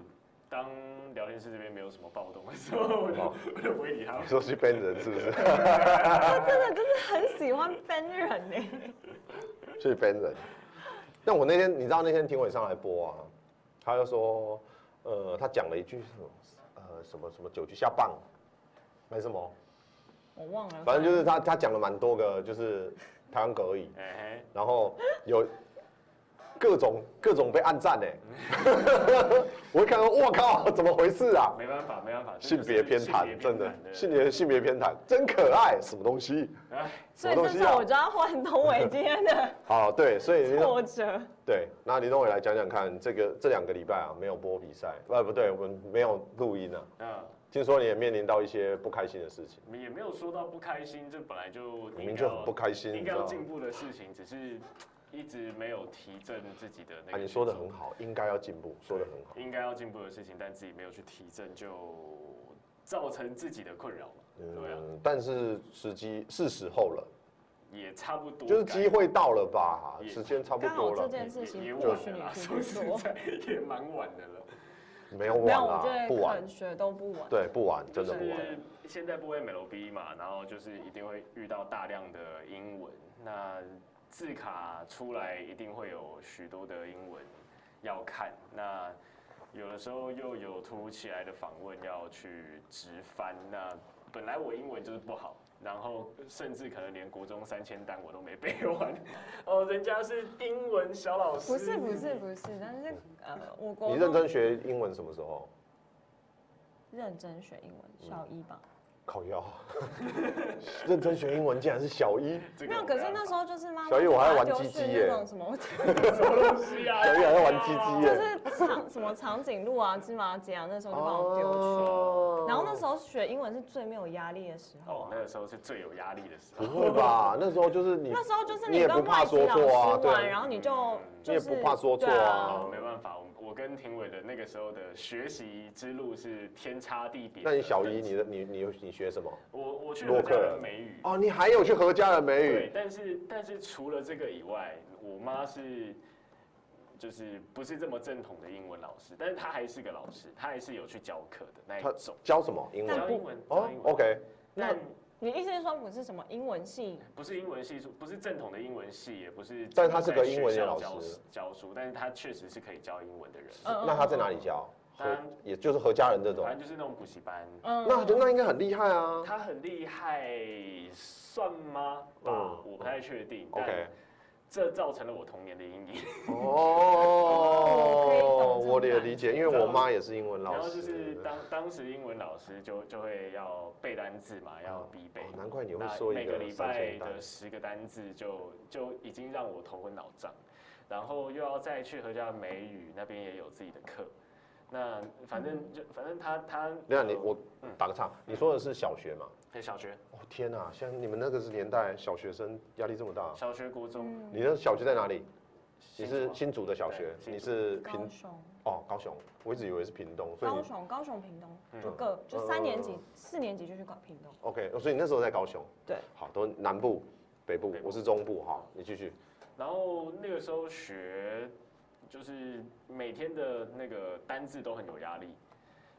[SPEAKER 3] 当聊天室这边没有什么暴动的时候，我就
[SPEAKER 1] 哦
[SPEAKER 3] 我就不会理他们
[SPEAKER 1] 你。说去编人是不 是？
[SPEAKER 2] 他真的就是很喜欢 ban 人欸呢。
[SPEAKER 1] 去编人。但我那天，你知道那天评委上来播啊，他就说，呃，他讲了一句什么，呃，什么什么九局下棒，没什么，
[SPEAKER 2] 我忘了。
[SPEAKER 1] 反正就是他他讲了蛮多个，就是台湾格语，
[SPEAKER 3] 哎
[SPEAKER 1] 然后有各种各种被暗赞呢。欸 我一看到，我靠，怎么回事啊
[SPEAKER 3] 嘿，？没办法，没办法，这
[SPEAKER 1] 性
[SPEAKER 3] 就是
[SPEAKER 1] 别偏袒，
[SPEAKER 3] 性别
[SPEAKER 1] 真
[SPEAKER 3] 偏
[SPEAKER 1] 的
[SPEAKER 3] 袒
[SPEAKER 1] 性别性别偏袒，真可爱，什么东西？
[SPEAKER 3] 哎，
[SPEAKER 2] 所以
[SPEAKER 1] 什么东
[SPEAKER 2] 这
[SPEAKER 1] 西
[SPEAKER 2] 次
[SPEAKER 1] 啊
[SPEAKER 2] 我就要换东伟今 天的
[SPEAKER 1] 好，对，所以你说
[SPEAKER 2] 挫折。
[SPEAKER 1] 对，那林东伟来讲讲看，这个这两个礼拜啊，没有播比赛，呃，不对，
[SPEAKER 3] 嗯
[SPEAKER 1] 我们没有录音啊。
[SPEAKER 3] 那
[SPEAKER 1] 听说你也面临到一些不开心的事情，
[SPEAKER 3] 也没有说到不开心，这本来就
[SPEAKER 1] 明
[SPEAKER 3] 应
[SPEAKER 1] 明
[SPEAKER 3] 该
[SPEAKER 1] 就很
[SPEAKER 3] 要
[SPEAKER 1] 不开心，你
[SPEAKER 3] 应
[SPEAKER 1] 知
[SPEAKER 3] 该要
[SPEAKER 1] 道
[SPEAKER 3] 进
[SPEAKER 1] 吗？
[SPEAKER 3] 步的事情，只是一直没有提振自己的那
[SPEAKER 1] 啊，
[SPEAKER 3] 个。
[SPEAKER 1] 你说的很，好，应该要进步，说的很好。
[SPEAKER 3] 应该要进步的事情，但自己没有去提振，就造成自己的困扰嘛。对啊，
[SPEAKER 1] 嗯，但是时机是时候了，
[SPEAKER 3] 也差不多该。
[SPEAKER 1] 就是机会到了吧，
[SPEAKER 3] 也
[SPEAKER 1] 时间差不
[SPEAKER 2] 刚好
[SPEAKER 1] 多
[SPEAKER 2] 这
[SPEAKER 1] 了，
[SPEAKER 2] 件事
[SPEAKER 3] 也也
[SPEAKER 2] 情
[SPEAKER 3] 晚
[SPEAKER 2] 不许
[SPEAKER 3] 了
[SPEAKER 2] 你
[SPEAKER 3] 啦，
[SPEAKER 2] 去
[SPEAKER 3] 说实
[SPEAKER 2] 做。
[SPEAKER 3] 在也蛮晚的了。
[SPEAKER 1] 没有
[SPEAKER 2] 没
[SPEAKER 1] 晚
[SPEAKER 2] 有，我
[SPEAKER 1] 啦
[SPEAKER 2] 们，这
[SPEAKER 1] 啊不晚
[SPEAKER 2] 些，学都不晚。
[SPEAKER 1] 对，不晚，
[SPEAKER 3] 就
[SPEAKER 1] 真的不晚。
[SPEAKER 3] 是现在播 MLB 嘛，然后就是一定会遇到大量的英文，那字卡出来一定会有许多的英文要看，那有的时候又有突如其来的访问要去直翻，那本来我英文就是不好。然后甚至可能连国中三千单我都没背完， 哦，人家是英文小老师，
[SPEAKER 2] 不是不是不是，但是呃，我国
[SPEAKER 1] 你认
[SPEAKER 2] 中
[SPEAKER 1] 真学英文什么时候？
[SPEAKER 2] 认真学英文，小一吧。
[SPEAKER 1] 靠腰， 认真学英文竟然是小一，
[SPEAKER 3] 这个
[SPEAKER 2] 没有，
[SPEAKER 3] 我
[SPEAKER 2] 可
[SPEAKER 3] 没
[SPEAKER 2] 是
[SPEAKER 3] 办
[SPEAKER 2] 那时
[SPEAKER 3] 法
[SPEAKER 2] 候就是妈妈
[SPEAKER 1] 小一我还
[SPEAKER 2] 把它
[SPEAKER 1] 玩
[SPEAKER 2] 丢
[SPEAKER 1] 鸡
[SPEAKER 2] 去
[SPEAKER 1] 鸡耶
[SPEAKER 2] 那种什 么，
[SPEAKER 3] 什么东西啊，
[SPEAKER 1] 小一还在玩鸡鸡耶
[SPEAKER 2] 就是长什么长颈鹿啊、芝麻街啊，那时候就帮我丢去。
[SPEAKER 1] 哦
[SPEAKER 2] 然后那时候学英文是最没有压力的时候
[SPEAKER 3] 哦，
[SPEAKER 2] 啊
[SPEAKER 3] 那，个时候是最有压力的时候
[SPEAKER 1] 不。 会吧？那时候就是你，
[SPEAKER 2] 那时候就是
[SPEAKER 1] 你也不
[SPEAKER 2] 跟
[SPEAKER 1] 怕
[SPEAKER 2] 外
[SPEAKER 1] 说
[SPEAKER 2] 籍
[SPEAKER 1] 错啊
[SPEAKER 2] 老师
[SPEAKER 1] 对啊
[SPEAKER 2] 玩，然后你就
[SPEAKER 1] 你也
[SPEAKER 2] 就是
[SPEAKER 1] 不怕说错啊
[SPEAKER 2] 对
[SPEAKER 3] 哦，没办法，我我跟庭伟的那个时候的学习之路是天差地别的。
[SPEAKER 1] 那你小一，你的你你你学什么？
[SPEAKER 3] 我我去
[SPEAKER 1] 洛
[SPEAKER 3] 洛
[SPEAKER 1] 克
[SPEAKER 3] 克
[SPEAKER 1] 人
[SPEAKER 3] 人美语，
[SPEAKER 1] 哦，你还有去何家的美
[SPEAKER 3] 对
[SPEAKER 1] 语，
[SPEAKER 3] 但是但是除了这个以外，我妈是就是不是这么正统的英文老师，但是他还是个老师，他还是有去教课的那一
[SPEAKER 1] 他
[SPEAKER 3] 种。
[SPEAKER 1] 教什么英
[SPEAKER 2] 但
[SPEAKER 3] 教
[SPEAKER 1] 文？
[SPEAKER 3] 英文，
[SPEAKER 1] 哦
[SPEAKER 3] 教英文，
[SPEAKER 1] ，OK，
[SPEAKER 2] 那
[SPEAKER 3] 但
[SPEAKER 2] 你意思是说不是什么英文系？
[SPEAKER 3] 不是英文系，不是正统的英文系，也不是。
[SPEAKER 1] 但他是个英文的老师
[SPEAKER 3] 教书，但是他确实是可以教英文的人。
[SPEAKER 2] 嗯
[SPEAKER 1] 那他在哪里教？和
[SPEAKER 3] 当然
[SPEAKER 1] 也就是何家人这种
[SPEAKER 3] 反，正就是那种补习班，
[SPEAKER 2] 嗯
[SPEAKER 1] 那那应该很厉害啊。
[SPEAKER 3] 他很厉害，算吗？吧
[SPEAKER 1] 嗯，
[SPEAKER 3] 我不太确定。
[SPEAKER 1] OK
[SPEAKER 3] 但这造成了我童年的阴影。
[SPEAKER 1] 哦
[SPEAKER 2] 可以懂，这
[SPEAKER 1] 我也
[SPEAKER 2] 种
[SPEAKER 1] 理解，因为我妈也是英文
[SPEAKER 3] 然
[SPEAKER 1] 老
[SPEAKER 3] 后
[SPEAKER 1] 师。
[SPEAKER 3] 就是当当时英文老师就就会要背单字嘛，要必背
[SPEAKER 1] 哦。难怪你会
[SPEAKER 3] 那
[SPEAKER 1] 说一
[SPEAKER 3] 每
[SPEAKER 1] 个
[SPEAKER 3] 个礼
[SPEAKER 1] 三
[SPEAKER 3] 拜
[SPEAKER 1] 千单
[SPEAKER 3] 的十个单字就就已经让我头昏脑胀，然后又要再去和家美语那边也有自己的课，那反
[SPEAKER 1] 嗯
[SPEAKER 3] 正就反正他他
[SPEAKER 1] 那你
[SPEAKER 3] 呃
[SPEAKER 1] 我
[SPEAKER 3] 嗯
[SPEAKER 1] 打个岔，你说的是小学嘛？
[SPEAKER 3] 哎小学
[SPEAKER 1] 哦天哪，像你们那个是年代，小学生压力这么大。
[SPEAKER 3] 小学国中，
[SPEAKER 1] 你的小学在哪里？嗯你
[SPEAKER 3] 新竹
[SPEAKER 1] 是
[SPEAKER 3] 吗
[SPEAKER 1] 新竹的小学，
[SPEAKER 3] 对
[SPEAKER 1] 你是
[SPEAKER 2] 高
[SPEAKER 1] 屏
[SPEAKER 2] 雄，
[SPEAKER 1] 哦高雄，我一直以为是屏东，所以
[SPEAKER 2] 高
[SPEAKER 1] 你
[SPEAKER 2] 雄，高雄屏东，
[SPEAKER 3] 嗯
[SPEAKER 2] 就各
[SPEAKER 1] 呃
[SPEAKER 2] 就三年级、四年级就去搞屏东。
[SPEAKER 1] OK，哦所以你那时候在高雄。
[SPEAKER 2] 对，
[SPEAKER 1] 好，都南部、北部
[SPEAKER 3] 北，部
[SPEAKER 1] 我是中部哈，你继续。
[SPEAKER 3] 然后那个时候学，就是每天的那个单字都很有压力，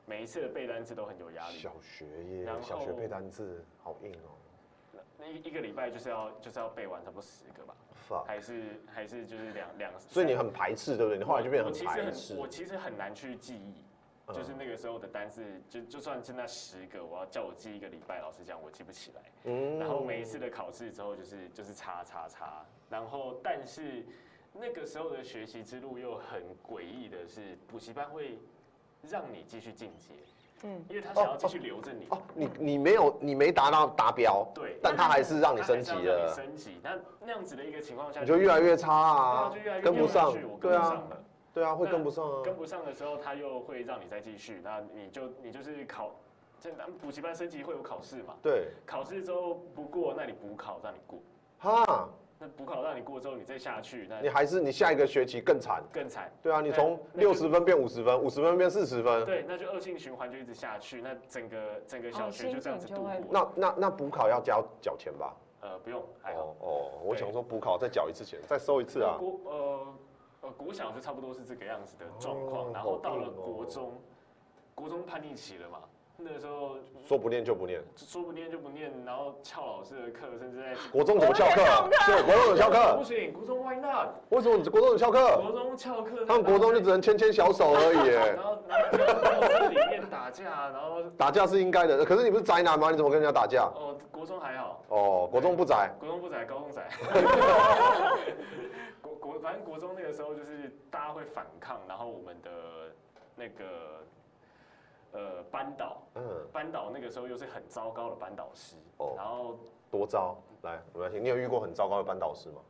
[SPEAKER 3] 每一次的背单字都很有压力。
[SPEAKER 1] 小学耶
[SPEAKER 3] 然，后
[SPEAKER 1] 小学背单字好硬哦。
[SPEAKER 3] 那一一个礼拜就是要就是要背完差不多十个吧，
[SPEAKER 1] fuck，
[SPEAKER 3] 还是还是就是两两。
[SPEAKER 1] 所以你很排斥，对不对？你后来就变得
[SPEAKER 3] 我其
[SPEAKER 1] 很
[SPEAKER 3] 实
[SPEAKER 1] 排斥
[SPEAKER 3] 很。我其实很难去记忆，
[SPEAKER 1] 嗯
[SPEAKER 3] 就是那个时候的单字，就就算是那十个，我要叫我记一个礼拜，老师讲我记不起来。
[SPEAKER 1] 嗯
[SPEAKER 3] 然后每一次的考试之后就是就是叉叉叉，然后但是那个时候的学习之路又很诡异的是，补习班会让你继续进阶，
[SPEAKER 2] 嗯，
[SPEAKER 3] 因为他想要继续留着你。
[SPEAKER 1] 哦，你你没有，你没达到达标，
[SPEAKER 3] 对，
[SPEAKER 1] 但他还是让你
[SPEAKER 3] 他
[SPEAKER 1] 升级
[SPEAKER 3] 还是要让你
[SPEAKER 1] 了，
[SPEAKER 3] 升级，那那样子的一个情况下，
[SPEAKER 1] 你就越来越差
[SPEAKER 3] 对啊
[SPEAKER 1] 啊
[SPEAKER 3] 就越来越，
[SPEAKER 1] 跟不上
[SPEAKER 3] 越来越我，跟
[SPEAKER 1] 对
[SPEAKER 3] 不
[SPEAKER 1] 啊
[SPEAKER 3] 上，了。
[SPEAKER 1] 对啊，会
[SPEAKER 3] 那
[SPEAKER 1] 跟不上啊。
[SPEAKER 3] 跟不上的时候，他又会让你再继续，那你就你就是考，这咱们补习班升级会有考试嘛？
[SPEAKER 1] 对，
[SPEAKER 3] 考试之后不过，那你补考让你过，
[SPEAKER 1] 哈，
[SPEAKER 3] 那补考让你过之后，你再下去，那
[SPEAKER 1] 你还是你下一个学期更惨，
[SPEAKER 3] 更惨。
[SPEAKER 1] 对啊，你
[SPEAKER 3] 对
[SPEAKER 1] 从
[SPEAKER 3] 那就
[SPEAKER 1] 六十分变五十分，五十分变四十分，
[SPEAKER 3] 对，那就恶性循环就一直下去，那整个整个小
[SPEAKER 2] 哦
[SPEAKER 3] 学就这样子度
[SPEAKER 2] 心情就会
[SPEAKER 3] 过。
[SPEAKER 1] 那那那补考要交缴钱吧？
[SPEAKER 3] 呃，不用，还好。
[SPEAKER 1] 哦哦，我想说补考再缴一次钱，再收一次啊。
[SPEAKER 3] 国呃呃国小就差不多是这个样子的状况，
[SPEAKER 1] 哦
[SPEAKER 3] 然后到
[SPEAKER 1] 好
[SPEAKER 3] 了
[SPEAKER 1] 硬哦
[SPEAKER 3] 国中，国中叛逆期了嘛，那个时候
[SPEAKER 1] 说不念就不念。
[SPEAKER 3] 说不念就不念，然后翘老师的课，甚至在
[SPEAKER 1] 国中怎么翘课？对，国中怎么哦翘
[SPEAKER 3] 不
[SPEAKER 1] 课？
[SPEAKER 3] 行，国中 why not？
[SPEAKER 1] 为什么国中怎么翘课？
[SPEAKER 3] 国中翘课，
[SPEAKER 1] 他们国中就只能牵牵小手而已耶
[SPEAKER 3] 然。后然后在教室里面打架，然后
[SPEAKER 1] 打架是应该的，可是你不是宅男吗？你怎么跟人家打架？
[SPEAKER 3] 哦，国中还好，
[SPEAKER 1] 哦，国中不宅，
[SPEAKER 3] 国中不宅，高 中宅。国国反正国中那个时候就是大家会反抗，然后我们的那个呃班导，
[SPEAKER 1] 嗯，
[SPEAKER 3] 班导那个时候又是很糟糕的班导师，
[SPEAKER 1] 哦
[SPEAKER 3] 然后
[SPEAKER 1] 多糟。来，我们来听，你有遇过很糟糕的班导师吗？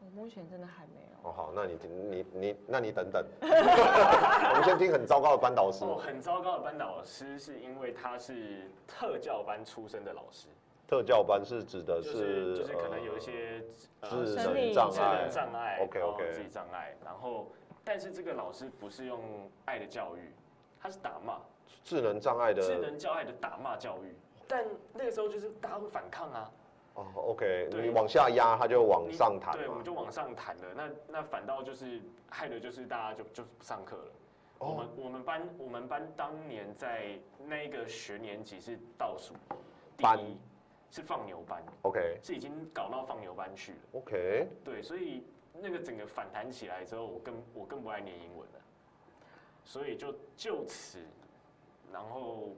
[SPEAKER 2] 我哦目前真的还没有。
[SPEAKER 1] 哦，好，那你你你，那你等 等，我们先听很糟糕的班导师，
[SPEAKER 3] 哦很糟糕的班导师是因为他是特教班出身的老师，
[SPEAKER 1] 特教班是指的
[SPEAKER 3] 就是
[SPEAKER 1] 呃是
[SPEAKER 3] 就是可能有一些
[SPEAKER 1] 呃
[SPEAKER 3] 呃
[SPEAKER 1] 智
[SPEAKER 2] 生
[SPEAKER 1] 能
[SPEAKER 2] 理
[SPEAKER 1] 障
[SPEAKER 3] 智
[SPEAKER 1] 碍
[SPEAKER 3] 能。障碍哦
[SPEAKER 1] OK，OK
[SPEAKER 3] 自己障碍，然后但是这个老师不是用爱的教育，他是打骂。
[SPEAKER 1] 智能障碍的
[SPEAKER 3] 智能教育的打骂教育。但那个时候就是大家会反抗啊，
[SPEAKER 1] 哦，OK，
[SPEAKER 3] 对
[SPEAKER 1] 你往下压，它就往上弹
[SPEAKER 3] 对，我啊
[SPEAKER 1] 嘛
[SPEAKER 3] 们。就往上弹了。那那反倒就是害的就是大家就就不上课了。我
[SPEAKER 1] 哦
[SPEAKER 3] 们我们班我们班当年在那一个学年级是倒数第
[SPEAKER 1] 班
[SPEAKER 3] 一，是放牛班，
[SPEAKER 1] ，OK
[SPEAKER 3] 是已经搞到放牛班去了。
[SPEAKER 1] OK，
[SPEAKER 3] 对，所以那个整个反弹起来之后，我更我更不爱念英文了，所以就就此，然后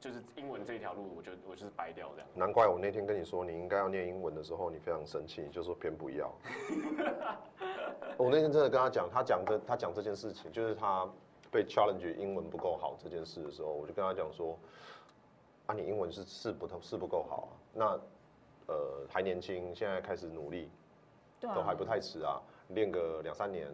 [SPEAKER 3] 就是英文这条路，我就我就是白掉这样。
[SPEAKER 1] 难怪我那天跟你说你应该要念英文的时候，你非常生气，你就说偏不 要。我那天真的跟他讲，他讲这他讲这件事情，就是他被 challenge 英文不够好这件事的时候，我就跟他讲说，啊，你英文是是不是不够好啊？那呃还年轻，现在开始努力，
[SPEAKER 2] 对
[SPEAKER 1] 都还
[SPEAKER 2] 啊，
[SPEAKER 1] 不太迟啊，练个两三年，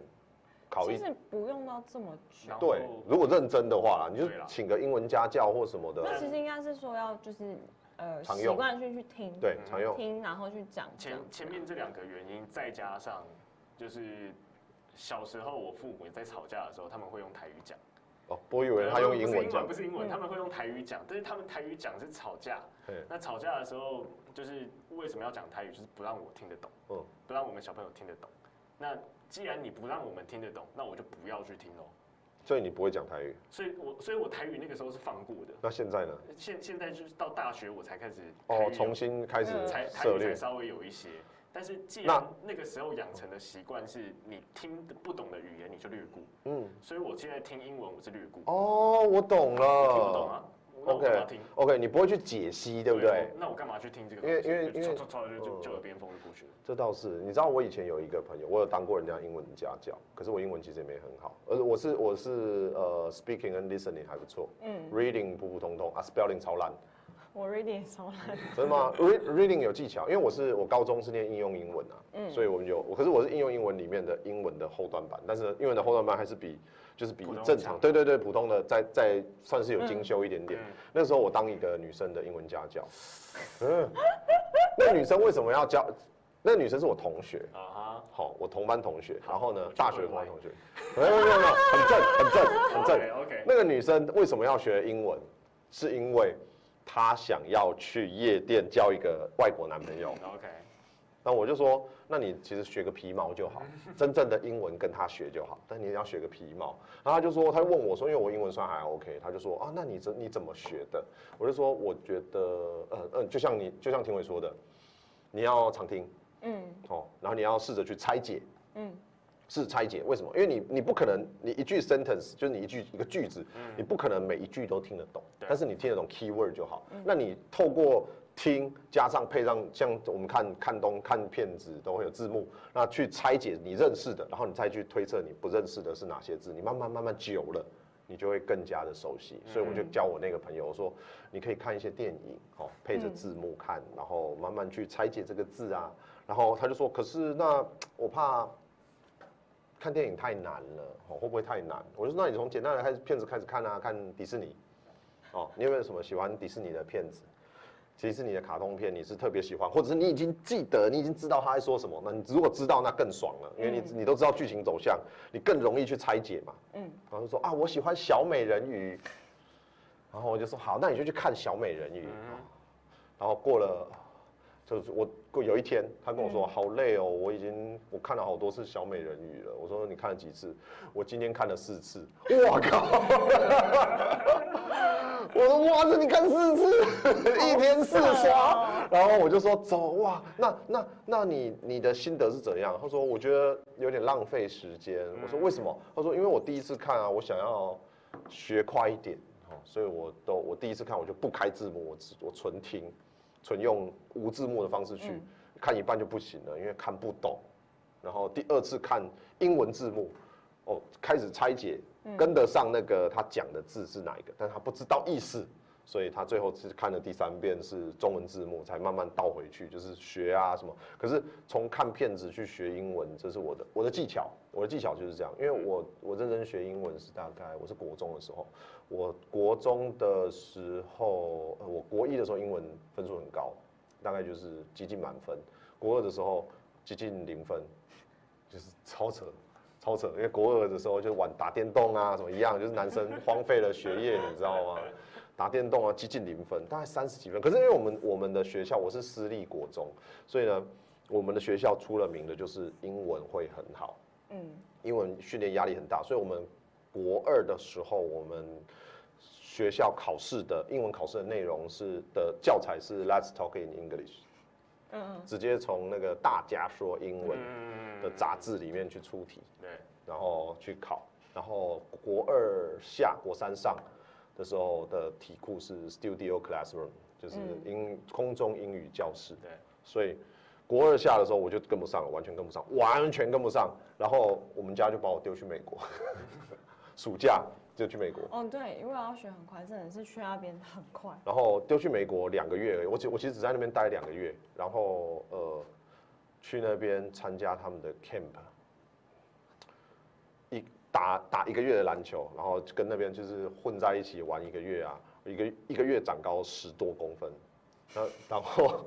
[SPEAKER 1] 考一
[SPEAKER 2] 其实不用到这么久。
[SPEAKER 3] 然后
[SPEAKER 1] 对，如果认真的话啦，你就
[SPEAKER 3] 对啦
[SPEAKER 1] 请个英文家教或什么的，
[SPEAKER 2] 那其实应该是说要就是呃
[SPEAKER 1] 常
[SPEAKER 2] 习
[SPEAKER 1] 用
[SPEAKER 2] 惯性去听，
[SPEAKER 1] 对，
[SPEAKER 3] 嗯
[SPEAKER 1] 常用。
[SPEAKER 2] 听然后去讲这
[SPEAKER 3] 前
[SPEAKER 2] 样。
[SPEAKER 3] 前面这两个原因，再加上就是小时候我父母在吵架的时候，他们会用台语讲，
[SPEAKER 1] 哦，我以为他用英文讲
[SPEAKER 3] 不，是英文，不是英文，
[SPEAKER 2] 嗯
[SPEAKER 3] 他们会用台语讲，但是他们台语讲是吵架，
[SPEAKER 1] 嘿
[SPEAKER 3] 那吵架的时候，就是为什么要讲台语，就是不让我听得懂，
[SPEAKER 1] 嗯
[SPEAKER 3] 不让我们小朋友听得懂。那既然你不让我们听得懂，那我就不要去听喽。
[SPEAKER 1] 所以你不会讲台语。
[SPEAKER 3] 所以我所以我台语那个时候是放过的，
[SPEAKER 1] 那现在呢？
[SPEAKER 3] 现现在就是到大学我才开始台语
[SPEAKER 1] 哦
[SPEAKER 3] 有，
[SPEAKER 1] 重新开始
[SPEAKER 2] 嗯
[SPEAKER 3] 才台
[SPEAKER 1] 涉
[SPEAKER 3] 语才
[SPEAKER 1] 猎。
[SPEAKER 3] 稍微有一些。但是既然那个时候养成的习惯是你听不懂的语言你就略过，
[SPEAKER 1] 嗯，
[SPEAKER 3] 所以我现在听英文我是略过，
[SPEAKER 1] 哦，我懂
[SPEAKER 3] 我
[SPEAKER 1] 了。
[SPEAKER 3] 听不懂啊，那我
[SPEAKER 1] OK
[SPEAKER 3] 干嘛听？
[SPEAKER 1] OK，你不会去解析，对不对？？
[SPEAKER 3] 那我干嘛去听这个
[SPEAKER 1] 因为
[SPEAKER 3] 东西？
[SPEAKER 1] 因为因为
[SPEAKER 3] 就就就就
[SPEAKER 1] 嗯
[SPEAKER 3] 就耳边风就过去了。
[SPEAKER 1] 这倒是，你知道我以前有一个朋友，我有当过人家英文家教，可是我英文其实也没很好，而我是我是呃 speaking and listening 还不错
[SPEAKER 2] 嗯，
[SPEAKER 1] ，reading 普普通通啊，spelling 超烂，
[SPEAKER 2] 我 reading 也超烂，
[SPEAKER 1] 真的吗？read reading 有技巧，因为我是我高中是念应用英文啊，
[SPEAKER 2] 嗯
[SPEAKER 1] 所以我们有，我可是我是应用英文里面的英文的后段版，但是英文的后段版还是比就是比
[SPEAKER 3] 普通
[SPEAKER 1] 正
[SPEAKER 3] 强
[SPEAKER 1] 常，对对对，普通的再再算是有精修一点点。
[SPEAKER 3] 嗯
[SPEAKER 1] 那时候我当一个女生的英文家教，嗯，那女生为什么要教？那女生是我同学，
[SPEAKER 3] 啊哈，
[SPEAKER 1] 好，我同班同学，
[SPEAKER 3] 好
[SPEAKER 1] 然后呢
[SPEAKER 3] 我，就
[SPEAKER 1] 大学
[SPEAKER 3] 会
[SPEAKER 1] 同班
[SPEAKER 3] 来
[SPEAKER 1] 同学，没有没有没有，没有很正很正很正。
[SPEAKER 3] OK，
[SPEAKER 1] 那个女生为什么要学英文？是因为她想要去夜店交一个外国男朋友。
[SPEAKER 3] 嗯 OK，
[SPEAKER 1] 那我就说，那你其实学个皮毛就好，真正的英文跟他学就好，但你要学个皮毛。然后他就说，他就问我说，因为我英文算还 OK，他就说啊，那你怎你怎么学的？我就说，我觉得，呃嗯、呃，就像你就像庭伟说的，你要常听
[SPEAKER 2] 嗯
[SPEAKER 1] 哦，然后你要试着去拆解，
[SPEAKER 2] 嗯，
[SPEAKER 1] 是拆解，为什么？因为你你不可能，你一句 sentence 就是你一句一个句子，你不可能每一句都听得懂，
[SPEAKER 3] 对
[SPEAKER 1] 但是你听得懂 keyword 就好。那你透过听加上配上，像我们看看东看片子都会有字幕，那去拆解你认识的，然后你再去推测你不认识的是哪些字，你慢慢慢慢久了。你就会更加的熟悉，所以我就教我那个朋友我说，你可以看一些电影，哦，配着字幕看，然后慢慢去拆解这个字啊。然后他就说，可是那我怕看电影太难了，哦，会不会太难？我就说，那你从简单的开始片子开始看啊，看迪士尼，哦，你有没有什么喜欢迪士尼的片子？迪士尼的卡通片你是特别喜欢，或者是你已经记得，你已经知道他在说什么？那你如果知道，那更爽了，因为你、你都知道剧情走向，你更容易去拆解嘛。
[SPEAKER 2] 嗯
[SPEAKER 1] 嗯，然后就说啊，我喜欢小美人鱼，然后我就说好，那你就去看小美人鱼。哦然后过了，就是我过有一天，他跟我说、好累哦，我已经我看了好多次小美人鱼了。我说你看了几次？我今天看了四次。我靠！ 我说哇，这你看四次， 一天四刷。然后我就说走哇，那那那你你的心得是怎样？他说我觉得有点浪费时间。我说为什么？他说因为我第一次看啊，我想要学快一点，哦，所以我都我第一次看我就不开字幕，我只我纯听，纯用无字幕的方式去、
[SPEAKER 2] 嗯
[SPEAKER 1] 看一半就不行了，因为看不懂。然后第二次看英文字幕，哦，开始拆解，跟得上那个他讲的字是哪一个，但他不知道意思，所以他最后是看了第三遍是中文字幕，才慢慢倒回去，就是学啊什么。可是从看片子去学英文，这是我的我的技巧，我的技巧就是这样。因为我我认真学英文是大概我是国中的时候，我国中的时候，呃我国一的时候英文分数很高，大概就是接近满分；国二的时候接近零分，就是超扯。超扯，因为国二的时候就玩打电动啊，什么一样，就是男生荒废了学业，你知道吗？打电动啊，接近零分，大概三十几分。可是因为我们我们的学校我是私立国中，所以呢，我们的学校出了名的就是英文会很好，
[SPEAKER 2] 嗯
[SPEAKER 1] 英文训练压力很大，所以我们国二的时候，我们学校考试的英文考试的内容是的教材是 Let's Talk in English，
[SPEAKER 2] 嗯
[SPEAKER 1] 直接从那个大家说英文
[SPEAKER 3] 嗯
[SPEAKER 1] 的杂志里面去出题。
[SPEAKER 3] 对，
[SPEAKER 1] 然后去考，然后国二下、国三上的时候的题库是 Studio Classroom，就是英、空中英语教室。
[SPEAKER 3] 对，
[SPEAKER 1] 所以国二下的时候我就跟不上了，完全跟不上，完全跟不上。然后我们家就把我丢去美国， 暑假就去美国。
[SPEAKER 2] 哦对，因为我要学很快，真的是去那边很快，
[SPEAKER 1] 然后丢去美国两个月而已，我其我其实只在那边待两个月，然后呃，去那边参加他们的 camp，一打打一个月的篮球，然后跟那边就是混在一起玩一个月啊，一个一个月长高十多公分，然后然后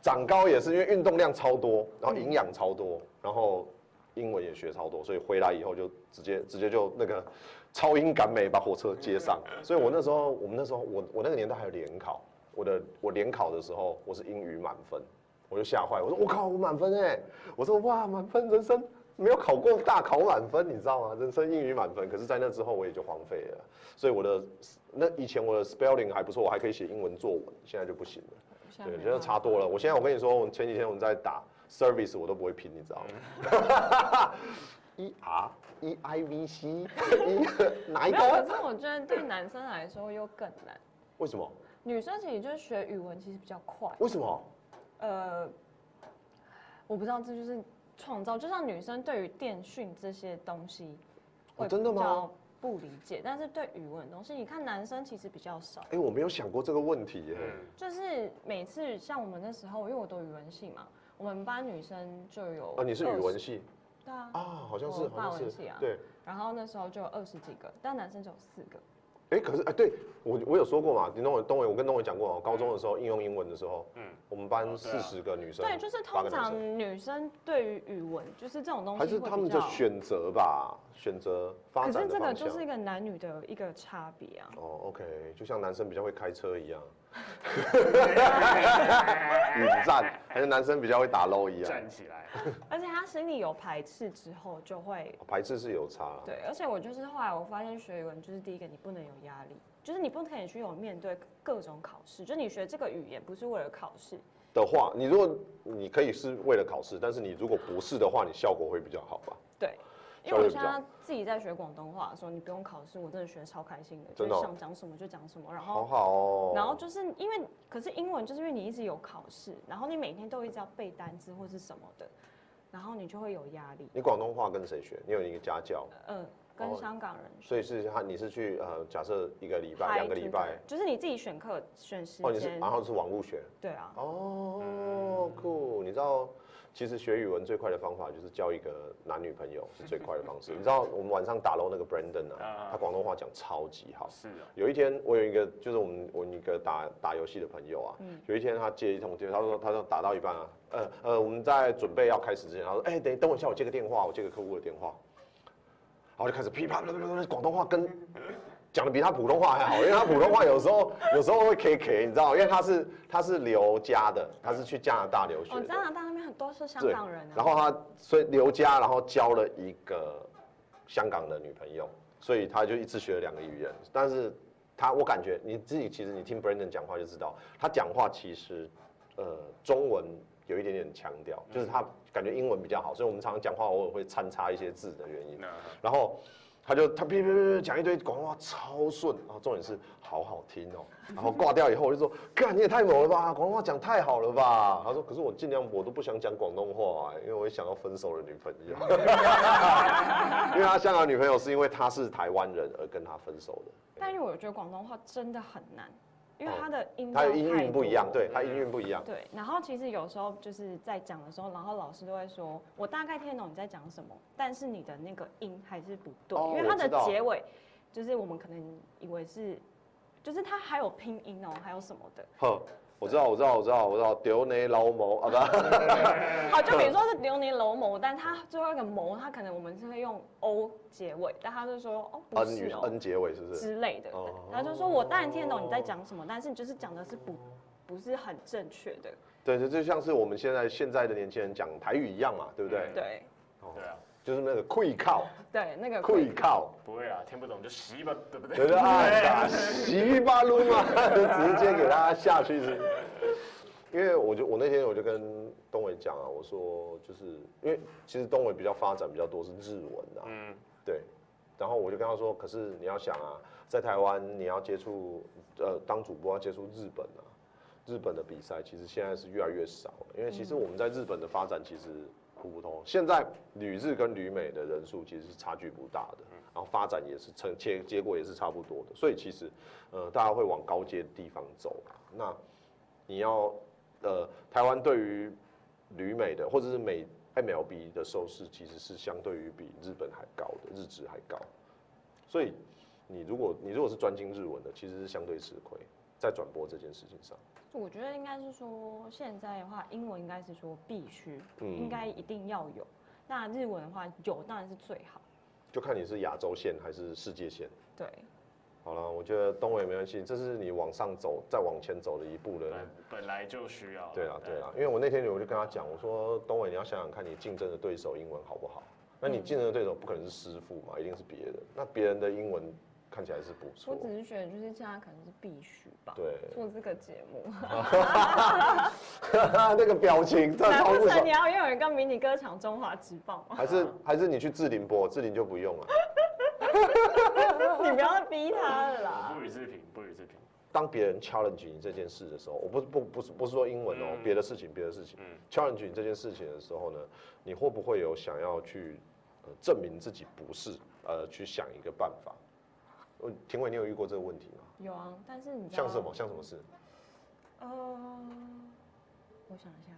[SPEAKER 1] 长高也是因为运动量超多，然后营养超多，然后英文也学超多，所以回来以后就直接直接就那个超英赶美把火车接上。所以我那时候，我们那时候，我我那个年代还有联考，我的我联考的时候欸我是英语满分，我就吓坏，我说我靠，我满分哎、我说哇满分人生。没有考过大考满分，你知道吗？人生英语满分，可是，在那之后我也就荒废了。所以我的那以前我的 spelling 还不错，我还可以写英文作文，现在就不行了。
[SPEAKER 2] 现在
[SPEAKER 1] 对，
[SPEAKER 2] 没
[SPEAKER 1] 现在
[SPEAKER 2] 办法
[SPEAKER 1] 差多了。我现在我跟你说，我前几天我们在打 service，我都不会拼，你知道吗
[SPEAKER 2] 嗯
[SPEAKER 1] ？E R E I V C E 哪一
[SPEAKER 2] 没有，可
[SPEAKER 1] 个？
[SPEAKER 2] 是我觉得对男生来说又更难。
[SPEAKER 1] 为什么？
[SPEAKER 2] 女生其实就是学语文其实比较快，
[SPEAKER 1] 为什么？
[SPEAKER 2] 呃，我不知道这就是创造，就像女生对于电讯这些东西
[SPEAKER 1] 哦
[SPEAKER 2] 会
[SPEAKER 1] 真的
[SPEAKER 2] 比
[SPEAKER 1] 吗
[SPEAKER 2] 较不理解，但是对语文的东西，你看男生其实比较少。
[SPEAKER 1] 哎、我没有想过这个问题耶、
[SPEAKER 3] 嗯，
[SPEAKER 2] 就是每次像我们那时候，因为我读语文系嘛，我们班女生就有
[SPEAKER 1] 哦，你是语文
[SPEAKER 2] 20
[SPEAKER 1] 系
[SPEAKER 2] 对啊，
[SPEAKER 1] 啊？好像是，
[SPEAKER 2] 我
[SPEAKER 1] 好
[SPEAKER 2] 法
[SPEAKER 1] 像
[SPEAKER 2] 文
[SPEAKER 1] 是
[SPEAKER 2] 系啊，
[SPEAKER 1] 对。
[SPEAKER 2] 然后那时候就有二十几个，但男生只有四个。
[SPEAKER 1] 哎、可是哎、对我我有说过嘛，你东伟东伟，我跟东伟讲过哦，高中的时候应用英文的时候，嗯
[SPEAKER 3] 嗯，
[SPEAKER 1] 我们班
[SPEAKER 3] 哦对
[SPEAKER 1] 四
[SPEAKER 3] 啊
[SPEAKER 1] 十个女生，
[SPEAKER 2] 对，就是
[SPEAKER 1] 八个
[SPEAKER 2] 通
[SPEAKER 1] 男
[SPEAKER 2] 常
[SPEAKER 1] 生
[SPEAKER 2] 女生对于语文就是这种东西
[SPEAKER 1] 还
[SPEAKER 2] 会
[SPEAKER 1] 是
[SPEAKER 2] 比
[SPEAKER 1] 他们的
[SPEAKER 2] 较
[SPEAKER 1] 选择吧，选择发
[SPEAKER 2] 可
[SPEAKER 1] 展
[SPEAKER 2] 是
[SPEAKER 1] 的
[SPEAKER 2] 这
[SPEAKER 1] 方
[SPEAKER 2] 个
[SPEAKER 1] 向
[SPEAKER 2] 就。是一个男女的一个差别啊。
[SPEAKER 1] 哦，OK，就像男生比较会开车一样，雨战，还是男生比较会打 low 一样，
[SPEAKER 3] 站起来，
[SPEAKER 2] 而且他心里有排斥之后，就会
[SPEAKER 1] 排斥是有差啦。
[SPEAKER 2] 对。而且我就是后来我发现学语文，就是第一个你不能有压力，就是你不可以去有面对各种考试，就你学这个语言不是为了考试，
[SPEAKER 1] 的话，你如果你可以是为了考试，但是你如果不是的话，你效果会比较好吧？
[SPEAKER 2] 对。因
[SPEAKER 1] 稍
[SPEAKER 2] 为
[SPEAKER 1] 微
[SPEAKER 2] 我
[SPEAKER 1] 比
[SPEAKER 2] 现
[SPEAKER 1] 较
[SPEAKER 2] 在自己在学广东话的时候，你不用考试，我真的学得超开心的，就
[SPEAKER 1] 真的哦
[SPEAKER 2] 是想讲什么就讲什么，然
[SPEAKER 1] 好
[SPEAKER 2] 后
[SPEAKER 1] 好哦。
[SPEAKER 2] 然后就是因为，可是英文就是因为你一直有考试，然后你每天都一直要背单词或是什么的，然后你就会有压力。
[SPEAKER 1] 你广东话跟谁学？你有一个家教，
[SPEAKER 2] 呃，
[SPEAKER 1] 哦
[SPEAKER 2] 跟香港人
[SPEAKER 1] 所以是他你是去呃，假设一个礼拜、
[SPEAKER 2] 排
[SPEAKER 1] 两个礼拜，
[SPEAKER 2] together，就是你自己选课选时
[SPEAKER 1] 哦，你是
[SPEAKER 2] 间，嗯
[SPEAKER 1] 然后是网路学
[SPEAKER 2] 对啊，
[SPEAKER 1] 哦，酷！你知道，其实学语文最快的方法就是交一个男女朋友是最快的方式。你知道我们晚上打楼那个 Brandon 啊
[SPEAKER 3] 啊，
[SPEAKER 1] 他广东话讲超级好。
[SPEAKER 3] 是啊，
[SPEAKER 1] 有一天，我有一个就是我们我们一个打打游戏的朋友啊，有一天他接一通电话，他说他说打到一半啊，呃呃，我们在准备要开始之前，他说哎、等等我一下，我接个电话，我接个客户的电话，然后就开始噼啪啪啪啪啪，广东话跟讲的比他普通话还好，因为他普通话有时候有时候会 K K，你知道，因为他是他是留加的，他是去加拿大留学
[SPEAKER 2] 哦，
[SPEAKER 1] 的
[SPEAKER 2] 加，拿大那边很多是香
[SPEAKER 1] 对
[SPEAKER 2] 港人啊，
[SPEAKER 1] 然后他所以留加，然后交了一个香港的女朋友，所以他就一次学了两个语言。但是他我感觉你自己其实你听 Brandon 讲话就知道，他讲话其实呃中文有一点点强调，就是他感觉英文比较好，所以我们常常讲话偶尔会掺插一些字的原因。
[SPEAKER 3] 那
[SPEAKER 1] 然后他就他噼噼噼噼讲一堆广东话超顺，然后重点是好好听哦。然后挂掉以后我就说，干你也太猛了吧，广东话讲太好了吧。他说，可是我尽量我都不想讲广东话、欸因为我也想要分手的女朋友。 因为他香港女朋友是因为他是台湾人而跟他分手的，
[SPEAKER 2] 但是我觉得广东话真的很难，因为
[SPEAKER 1] 哦
[SPEAKER 2] 它的音
[SPEAKER 1] 他
[SPEAKER 2] 调
[SPEAKER 1] 的音
[SPEAKER 2] 太
[SPEAKER 1] 韵不一样，
[SPEAKER 2] 多
[SPEAKER 1] 对他音韵不一样。
[SPEAKER 2] 对，然后其实有时候就是在讲的时候，然后老师都会说，我大概听得懂你在讲什么，但是你的那个音还是不对，
[SPEAKER 1] 哦
[SPEAKER 2] 因为它
[SPEAKER 1] 我知道
[SPEAKER 2] 的结尾就是我们可能以为是，就是它还有拼音哦，还有什么的，
[SPEAKER 1] 呵，我知道，我知道，我知道，我知道，丢你老母啊不。嗯
[SPEAKER 2] 好，就比如说是流年楼某，但它最后一个某，它可能我们是会用 o 结尾，但他就说哦 不
[SPEAKER 1] N
[SPEAKER 2] 是
[SPEAKER 1] 语
[SPEAKER 2] 哦
[SPEAKER 1] N 结尾是不是？
[SPEAKER 2] 之类的
[SPEAKER 1] 嗯哦，
[SPEAKER 2] 他就说我当然听得懂你在讲什么，但是你就是讲的是不不是很正确的，
[SPEAKER 1] 对，就就像是我们现在现在的年轻人讲台语一样嘛，对不对？
[SPEAKER 3] 嗯
[SPEAKER 2] 对
[SPEAKER 3] 对啊，
[SPEAKER 1] 就是那个跪靠，
[SPEAKER 2] 对，那个
[SPEAKER 1] 跪靠，
[SPEAKER 3] 不会啦，听不懂就洗吧，对不对？
[SPEAKER 1] 对不对？哎 呀，洗巴噜嘛，直接给他下去是。因为我就我那天我就跟东伟讲啊，我说就是因为其实东伟比较发展比较多是日文啊，
[SPEAKER 3] 嗯，
[SPEAKER 1] 对。然后我就跟他说，可是你要想啊，在台湾你要接触呃当主播要接触日本啊，日本的比赛其实现在是越来越少了，因为其实我们在日本的发展其实普普通通。现在旅日跟旅美的人数其实是差距不大的，然后发展也是成结结果也是差不多的，所以其实呃大家会往高阶的地方走啦。那你要呃台湾对于旅美的或者是美 MLB 的收视其实是相对于比日本还高的，日职还高，所以你如果你如果是专精日文的，其实是相对吃亏在转播这件事情上。
[SPEAKER 2] 我觉得应该是说，现在的话，英文应该是说必须，
[SPEAKER 1] 嗯
[SPEAKER 2] 应该一定要有。那日文的话，有当然是最好。
[SPEAKER 1] 就看你是亚洲线还是世界线。
[SPEAKER 2] 对，
[SPEAKER 1] 好了，我觉得东伟没关系，这是你往上走、再往前走的一步了。
[SPEAKER 3] 本本来就需要啦，
[SPEAKER 1] 啊对啦，对啦，因为我那天我就跟他讲，我说东伟，你要想想看你竞争的对手英文好不好，那
[SPEAKER 2] 嗯
[SPEAKER 1] 你竞争的对手不可能是师傅嘛，一定是别人。那别人的英文看起来是不
[SPEAKER 2] 我
[SPEAKER 1] 错，
[SPEAKER 2] 只是觉得就是现在可能是必须吧。
[SPEAKER 1] 对
[SPEAKER 2] 做这个节目，
[SPEAKER 1] 那个表情真的
[SPEAKER 2] 难
[SPEAKER 1] 超
[SPEAKER 2] 不
[SPEAKER 1] 不
[SPEAKER 2] 成
[SPEAKER 1] 爽
[SPEAKER 2] 你。要用有人跟迷你歌抢中华职棒吗？
[SPEAKER 1] 还是还是你去志玲播，志玲就不用了。
[SPEAKER 2] 你不要再逼他了啦
[SPEAKER 3] 哎我。不予置评，不予置评。
[SPEAKER 1] 当别人 challenge 你这件事的时候，我不不不是不是说英文哦、
[SPEAKER 3] 嗯
[SPEAKER 1] 别的事情别的事情、
[SPEAKER 3] 嗯
[SPEAKER 1] challenge 你这件事情的时候呢，你会不会有想要去、呃、证明自己不是，呃，去想一个办法？呃，庭伟，你有遇过这个问题吗？
[SPEAKER 2] 有啊，但是你知道
[SPEAKER 1] 像什么？像什么事？
[SPEAKER 2] 呃，我想一下，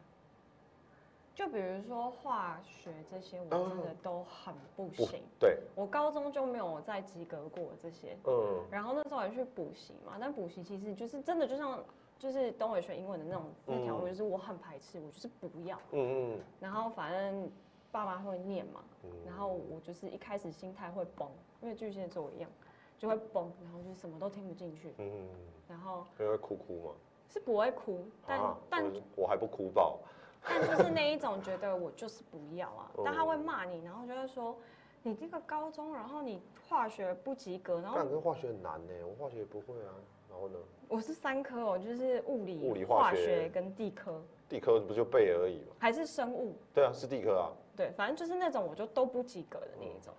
[SPEAKER 2] 就比如说化学这些，我真
[SPEAKER 1] 哦
[SPEAKER 2] 的都很不
[SPEAKER 1] 不
[SPEAKER 2] 行。
[SPEAKER 1] 对，
[SPEAKER 2] 我高中就没有再及格过这些，
[SPEAKER 1] 嗯
[SPEAKER 2] 然后那时候也去补习嘛，但补习其实就是真的就像就是东伟学英文的那种那条路，
[SPEAKER 1] 嗯
[SPEAKER 2] 就是我很排斥，我就是不要。
[SPEAKER 1] 嗯嗯
[SPEAKER 2] 然后反正爸妈会念嘛，
[SPEAKER 1] 嗯，
[SPEAKER 2] 然后我就是一开始心态会崩，因为巨蟹座一样就会崩，然后就什么都听不进去，
[SPEAKER 1] 嗯，
[SPEAKER 2] 然后
[SPEAKER 1] 因为哭哭嘛，
[SPEAKER 2] 是不会哭，但、
[SPEAKER 1] 啊
[SPEAKER 2] 但
[SPEAKER 1] 我我还不哭爆，
[SPEAKER 2] 但就是那一种觉得我就是不要啊
[SPEAKER 1] 哦，
[SPEAKER 2] 但他会骂你，然后就会说你这个高中，然后你化学不及格，然后
[SPEAKER 1] 干跟化学很难呢、我化学也不会啊。然后呢，
[SPEAKER 2] 我是三科哦，就是物理、
[SPEAKER 1] 物理化学
[SPEAKER 2] 跟地科，
[SPEAKER 1] 地科不就背而已嘛？
[SPEAKER 2] 还是生物，
[SPEAKER 1] 对啊，是地 科啊。
[SPEAKER 2] 对，反正就是那种我就都不及格的那一种。
[SPEAKER 1] 嗯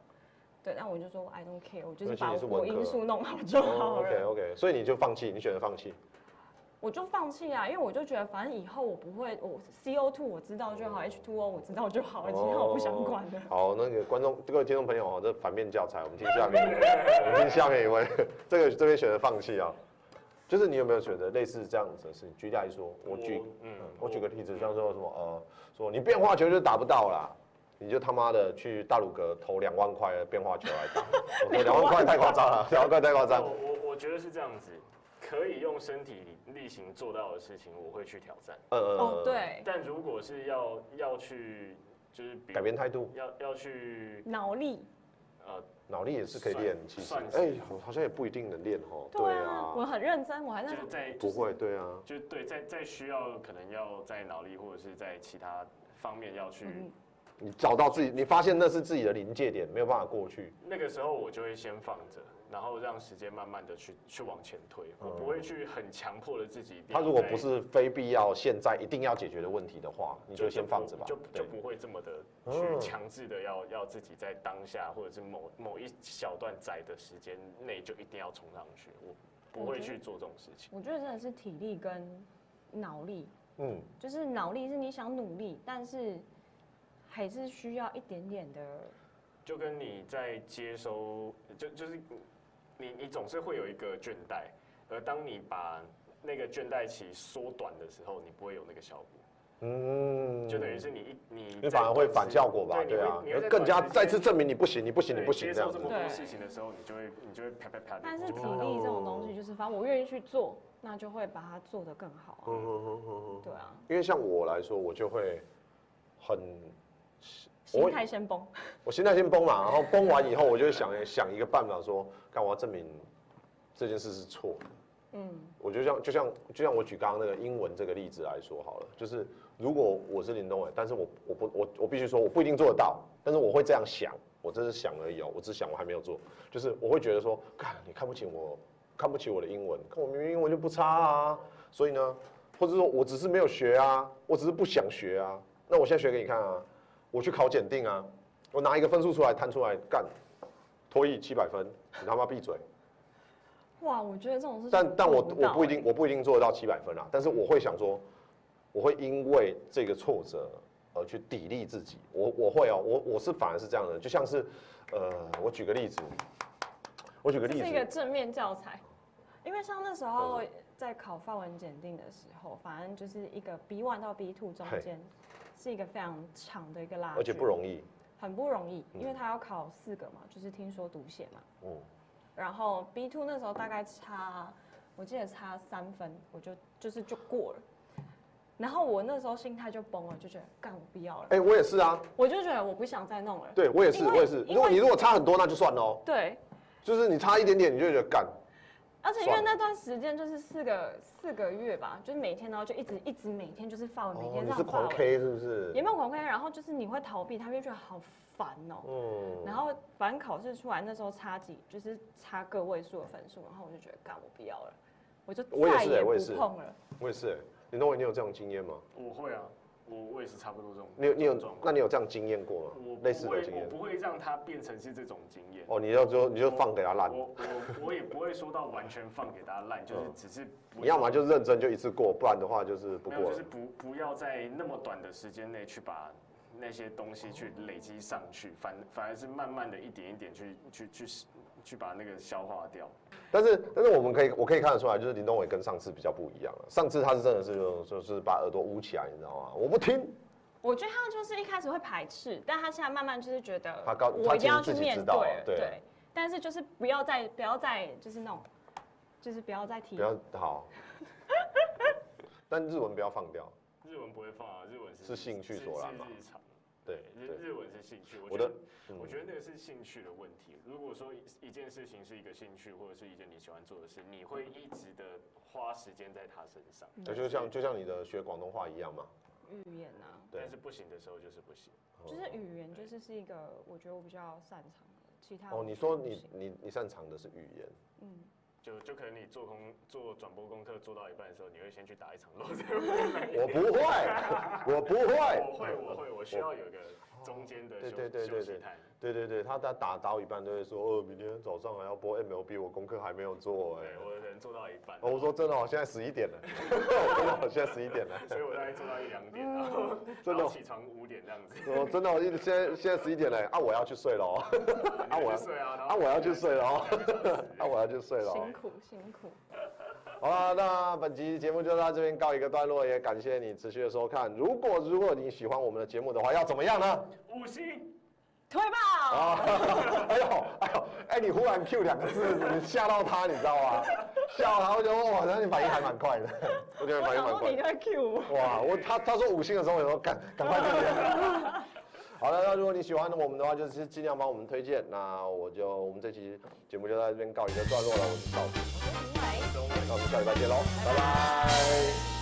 [SPEAKER 2] 对，但我就说 I don't care，我就是把
[SPEAKER 1] 而且
[SPEAKER 2] 我
[SPEAKER 1] 你是
[SPEAKER 2] 国
[SPEAKER 1] 文科哦
[SPEAKER 2] 因素弄好就好
[SPEAKER 1] OK
[SPEAKER 2] 了，
[SPEAKER 1] OK，所以你就放弃，你选择放弃。
[SPEAKER 2] 我就放弃啊，因为我就觉得反正以后我不会，我 CO2 我知道
[SPEAKER 1] 哦
[SPEAKER 2] 就好，H2O 我知道就好了，其他我不想管的。
[SPEAKER 1] 好，那个观众各位听众朋友哦，这反面教材，我们听下面一位，
[SPEAKER 3] 嗯
[SPEAKER 1] 我们听下面一位， 这个这边选择放弃啊。就是你有没有选择类似这样子的事情？举例来说，我举，
[SPEAKER 3] 嗯
[SPEAKER 1] 嗯，我举个例
[SPEAKER 3] 哦
[SPEAKER 1] 子，像说什么呃，说你变化球就打不到啦，你就他妈的去大鲁阁投两万块的变化球来 打，我说两万块太夸张了，两万块太夸张
[SPEAKER 3] 我。我我觉得是这样子，可以用身体力行做到的事情，我会去挑战。
[SPEAKER 1] 嗯嗯，嗯，
[SPEAKER 2] 哦，对，
[SPEAKER 3] 但如果是要要去，就是比如
[SPEAKER 1] 改变态度，
[SPEAKER 3] 要要去
[SPEAKER 2] 脑力。
[SPEAKER 3] 呃，
[SPEAKER 1] 脑力也是可以练，其实
[SPEAKER 3] 算，是啊
[SPEAKER 1] 哎，好好像也不一定能练哦。
[SPEAKER 2] 啊我很认真，我还在
[SPEAKER 3] 就是在
[SPEAKER 1] 不，会，对啊。
[SPEAKER 3] 就是就对，在在需要可能要在脑力或者是在其他方面要去，
[SPEAKER 2] 嗯
[SPEAKER 1] 你找到自己，你发现那是自己的临界点，没有办法过去。
[SPEAKER 3] 那个时候我就会先放着，然后让时间慢慢的去去往前推，我不会去很强迫的自己一
[SPEAKER 1] 嗯
[SPEAKER 3] 定要
[SPEAKER 1] 他
[SPEAKER 3] 在。
[SPEAKER 1] 如果不是非必要现在一定要解决的问题的话，你就先放着吧。
[SPEAKER 3] 就就
[SPEAKER 1] 对，
[SPEAKER 3] 不会这么的
[SPEAKER 1] 嗯
[SPEAKER 3] 去强制的要要自己在当下或者是某某一小段窄的时间内就一定要冲上去，我不会去做这种事情。
[SPEAKER 2] 我觉得真的是体力跟脑力，
[SPEAKER 1] 嗯，
[SPEAKER 2] 就是脑力是你想努力，但是还是需要一点点的。
[SPEAKER 3] 就跟你在接收，就就是你你总是会有一个倦怠，而当你把那个倦怠期缩短的时候，你不会有那个效果，
[SPEAKER 1] 嗯，
[SPEAKER 3] 就等于是你一你
[SPEAKER 1] 你反而会反效果吧？
[SPEAKER 3] 对
[SPEAKER 1] 对啊，
[SPEAKER 3] 你会你会在
[SPEAKER 1] 更加
[SPEAKER 3] 短时
[SPEAKER 1] 再
[SPEAKER 3] 间
[SPEAKER 1] 次证明你不行，你不行，你
[SPEAKER 3] 对
[SPEAKER 1] 不行
[SPEAKER 3] 接
[SPEAKER 1] 这样子
[SPEAKER 3] 受这么。
[SPEAKER 2] 对
[SPEAKER 3] 多事情的时候，你就会你就会啪啪啪地。
[SPEAKER 2] 但
[SPEAKER 1] 哦
[SPEAKER 2] 是体力这种东西，就是反正我愿意去做，那就会把它做得更好啊。
[SPEAKER 1] 嗯嗯嗯嗯嗯
[SPEAKER 2] 对啊，
[SPEAKER 1] 因为像我来说，我就会很，我
[SPEAKER 2] 心态先崩。
[SPEAKER 1] 我心态先崩嘛，然后崩完以后，我就想想一个办法说，看我要证明这件事是错的。
[SPEAKER 2] 嗯，
[SPEAKER 1] 我就像就像就像我举刚刚那个英文这个例子来说好了，就是如果我是林东伟，但是我我不我我必须说我不一定做得到，但是我会这样想，我只是想而已哦，我只想我还没有做，就是我会觉得说，看你看不起我，看不起我的英文，看我明明英文就不差啊，所以呢，或者说我只是没有学啊，我只是不想学啊，那我现在学给你看啊，我去考检定啊，我拿一个分数出来摊出来干，脱译七百分，你他妈闭 嘴。
[SPEAKER 2] 哇，我觉得这种事情
[SPEAKER 1] 但但我
[SPEAKER 2] 做
[SPEAKER 1] 我
[SPEAKER 2] 到
[SPEAKER 1] 不一
[SPEAKER 2] 欸
[SPEAKER 1] 定我不一定做得到七百分啊啦，但是我会想说，我会因为这个挫折而去砥砺自己。我我会哦、我我是反而是这样的人，就像是呃，我举个例子，我举个
[SPEAKER 2] 这
[SPEAKER 1] 例
[SPEAKER 2] 是一
[SPEAKER 1] 子，
[SPEAKER 2] 个
[SPEAKER 1] 嗯
[SPEAKER 2] 正面教材，因为像那时候在考法文检定的时候，反正就是一个 B one 到 B two 中
[SPEAKER 1] 嘿
[SPEAKER 2] 间是一个非常长的一个拉锯，
[SPEAKER 1] 而且不容易，
[SPEAKER 2] 很不容易，
[SPEAKER 1] 嗯
[SPEAKER 2] 因为他要考四个嘛，就是听说读写嘛。
[SPEAKER 1] 嗯，
[SPEAKER 2] 然后 B two 那时候大概差，我记得差三分，我就就是就过了。然后我那时候心态就崩了，就觉得干我不要了，
[SPEAKER 1] 哎、我也是啊，
[SPEAKER 2] 我就觉得我不想再弄了。
[SPEAKER 1] 对我也是
[SPEAKER 2] 因为
[SPEAKER 1] 我也是。
[SPEAKER 2] 因为
[SPEAKER 1] 如果你如果差很多那就算喽、
[SPEAKER 2] 对，
[SPEAKER 1] 就是你差一点点你就觉得干，
[SPEAKER 2] 而且因为
[SPEAKER 1] 算了
[SPEAKER 2] 那段时间就是四个四个月吧，就是每天然后就一直一直每天就是发文，每
[SPEAKER 1] 哦，
[SPEAKER 2] 天
[SPEAKER 1] 你是
[SPEAKER 2] 这样发
[SPEAKER 1] 狂
[SPEAKER 2] 文，
[SPEAKER 1] K 是不是
[SPEAKER 2] 也？没有狂亏，然后就是你会逃避，他就觉得好烦哦、
[SPEAKER 1] 嗯，
[SPEAKER 2] 然后反正考试出来那时候差几，就是差个位数的分数，然后我就觉得干我不要了，我就
[SPEAKER 1] 我也
[SPEAKER 2] 再
[SPEAKER 1] 是欸
[SPEAKER 2] 也
[SPEAKER 1] 我
[SPEAKER 2] 不
[SPEAKER 1] 也是
[SPEAKER 2] 碰了。
[SPEAKER 1] 我也是、欸。你认为你有这种经验吗？
[SPEAKER 3] 我会啊，我我也是差不多这种。
[SPEAKER 1] 你有你有
[SPEAKER 3] 这种状，
[SPEAKER 1] 那
[SPEAKER 3] 况
[SPEAKER 1] 你有这样经验过
[SPEAKER 3] 我
[SPEAKER 1] 吗？
[SPEAKER 3] 不
[SPEAKER 1] 类似的
[SPEAKER 3] 会，
[SPEAKER 1] 经
[SPEAKER 3] 我
[SPEAKER 1] 验？
[SPEAKER 3] 不会让它变成是这种经验。
[SPEAKER 1] 哦，你要就你就放给他烂，
[SPEAKER 3] 我我我也不会说到完全放给大家烂，就是
[SPEAKER 1] 嗯
[SPEAKER 3] 只是不
[SPEAKER 1] 你要么就认真就一次过，不然的话就是不
[SPEAKER 3] 没
[SPEAKER 1] 过
[SPEAKER 3] 有，
[SPEAKER 1] 了
[SPEAKER 3] 就是。不不要在那么短的时间内去把那些东西去累积上去，反反而是慢慢的一点一点去去去去把那个消化掉。
[SPEAKER 1] 但是但是我们可以我可以看得出来，就是林东伟跟上次比较不一样了。啊上次他是真的是就就是把耳朵捂起来，你知道吗？我不听，
[SPEAKER 2] 我觉得他就是一开始会排斥，但他现在慢慢就是觉得
[SPEAKER 1] 他告
[SPEAKER 2] 我一定要
[SPEAKER 1] 他其
[SPEAKER 2] 去面
[SPEAKER 1] 实自己知道啊
[SPEAKER 2] 对
[SPEAKER 1] 对啊
[SPEAKER 2] 但是就是不要再不要再就是那种，就是不要再提
[SPEAKER 1] 不。要好。但日文不要放掉，
[SPEAKER 3] 日文不会放啊，日文是
[SPEAKER 1] 是兴趣所
[SPEAKER 3] 是
[SPEAKER 1] 然嘛
[SPEAKER 3] 是日常。
[SPEAKER 1] 对
[SPEAKER 3] 日
[SPEAKER 1] 对。
[SPEAKER 3] 日文是兴趣。
[SPEAKER 1] 我
[SPEAKER 3] 我觉
[SPEAKER 1] 的
[SPEAKER 3] 得
[SPEAKER 1] 嗯
[SPEAKER 3] 我觉得那个是兴趣的问题。如果说一一件事情是一个兴趣，或者是一件你喜欢做的事，你会一直的花时间在它身上。
[SPEAKER 1] 对就像就像你的学广东话一样嘛。
[SPEAKER 2] 语言啊，
[SPEAKER 1] 对
[SPEAKER 3] 但是不行的时候就是不行。
[SPEAKER 2] 就是语言就是是一个我觉得我比较擅长的，其他
[SPEAKER 1] 哦，
[SPEAKER 2] 我
[SPEAKER 1] 你说
[SPEAKER 2] 不
[SPEAKER 1] 你
[SPEAKER 2] 行
[SPEAKER 1] 你你擅长的是语 言，
[SPEAKER 2] 嗯，
[SPEAKER 3] 就就可能你做功做转播功课做到一半的时候，你会先去打一场漏
[SPEAKER 1] 我不会，我不会。
[SPEAKER 3] 我会，我会，我需要有一个中间的
[SPEAKER 1] 对
[SPEAKER 3] 休
[SPEAKER 1] 对对
[SPEAKER 3] 休
[SPEAKER 1] 对
[SPEAKER 3] 息
[SPEAKER 1] 对
[SPEAKER 3] 态。
[SPEAKER 1] 对对对，他打打到一半都会说，哦，明天早上还要播 MLB，我功课还没有做哎、
[SPEAKER 3] 对，我能做到一半。
[SPEAKER 1] 哦我说真的哦，我现在十一点了， 真的哦，我现在十一点了。
[SPEAKER 3] 所以我大概做到一两 点，然后
[SPEAKER 1] 真
[SPEAKER 3] 然
[SPEAKER 1] 的哦
[SPEAKER 3] 后起床五点这样子。
[SPEAKER 1] 我真的哦，现在现在十一点了啊，我要去睡了哦，
[SPEAKER 3] 啊
[SPEAKER 1] 我要
[SPEAKER 3] 睡啊，然
[SPEAKER 1] 啊，
[SPEAKER 3] 后
[SPEAKER 1] 我要去睡了哦， 啊，
[SPEAKER 3] 啊
[SPEAKER 1] 我要去睡了哦
[SPEAKER 2] 辛。苦辛苦，
[SPEAKER 1] 好啦，那本期节目就到这边告一个段落，也感谢你持续的收看。如果如果你喜欢我们的节目的话，要怎么样呢？
[SPEAKER 3] 五星
[SPEAKER 2] 推爆！
[SPEAKER 1] 啊，哎呦，哎呦，哎，你忽然 Q 两个字，你吓到他，你知道 吗？吓到他，我觉得哇，那你反应还蛮快的，我觉得你
[SPEAKER 2] 我
[SPEAKER 1] 反应
[SPEAKER 2] 想
[SPEAKER 1] 蛮
[SPEAKER 2] 说
[SPEAKER 1] 快
[SPEAKER 2] 你
[SPEAKER 1] 的
[SPEAKER 2] 就。会 Q 我。
[SPEAKER 1] 哇， 我他他说五星的时候，我说赶赶快这边。好了，那如果你喜欢我们的话，就是尽量帮我们推荐。那我就我们这期节目就到这边告一个段落了，我是邵平，
[SPEAKER 2] 我是林伟
[SPEAKER 1] 那我们下礼拜见喽，拜拜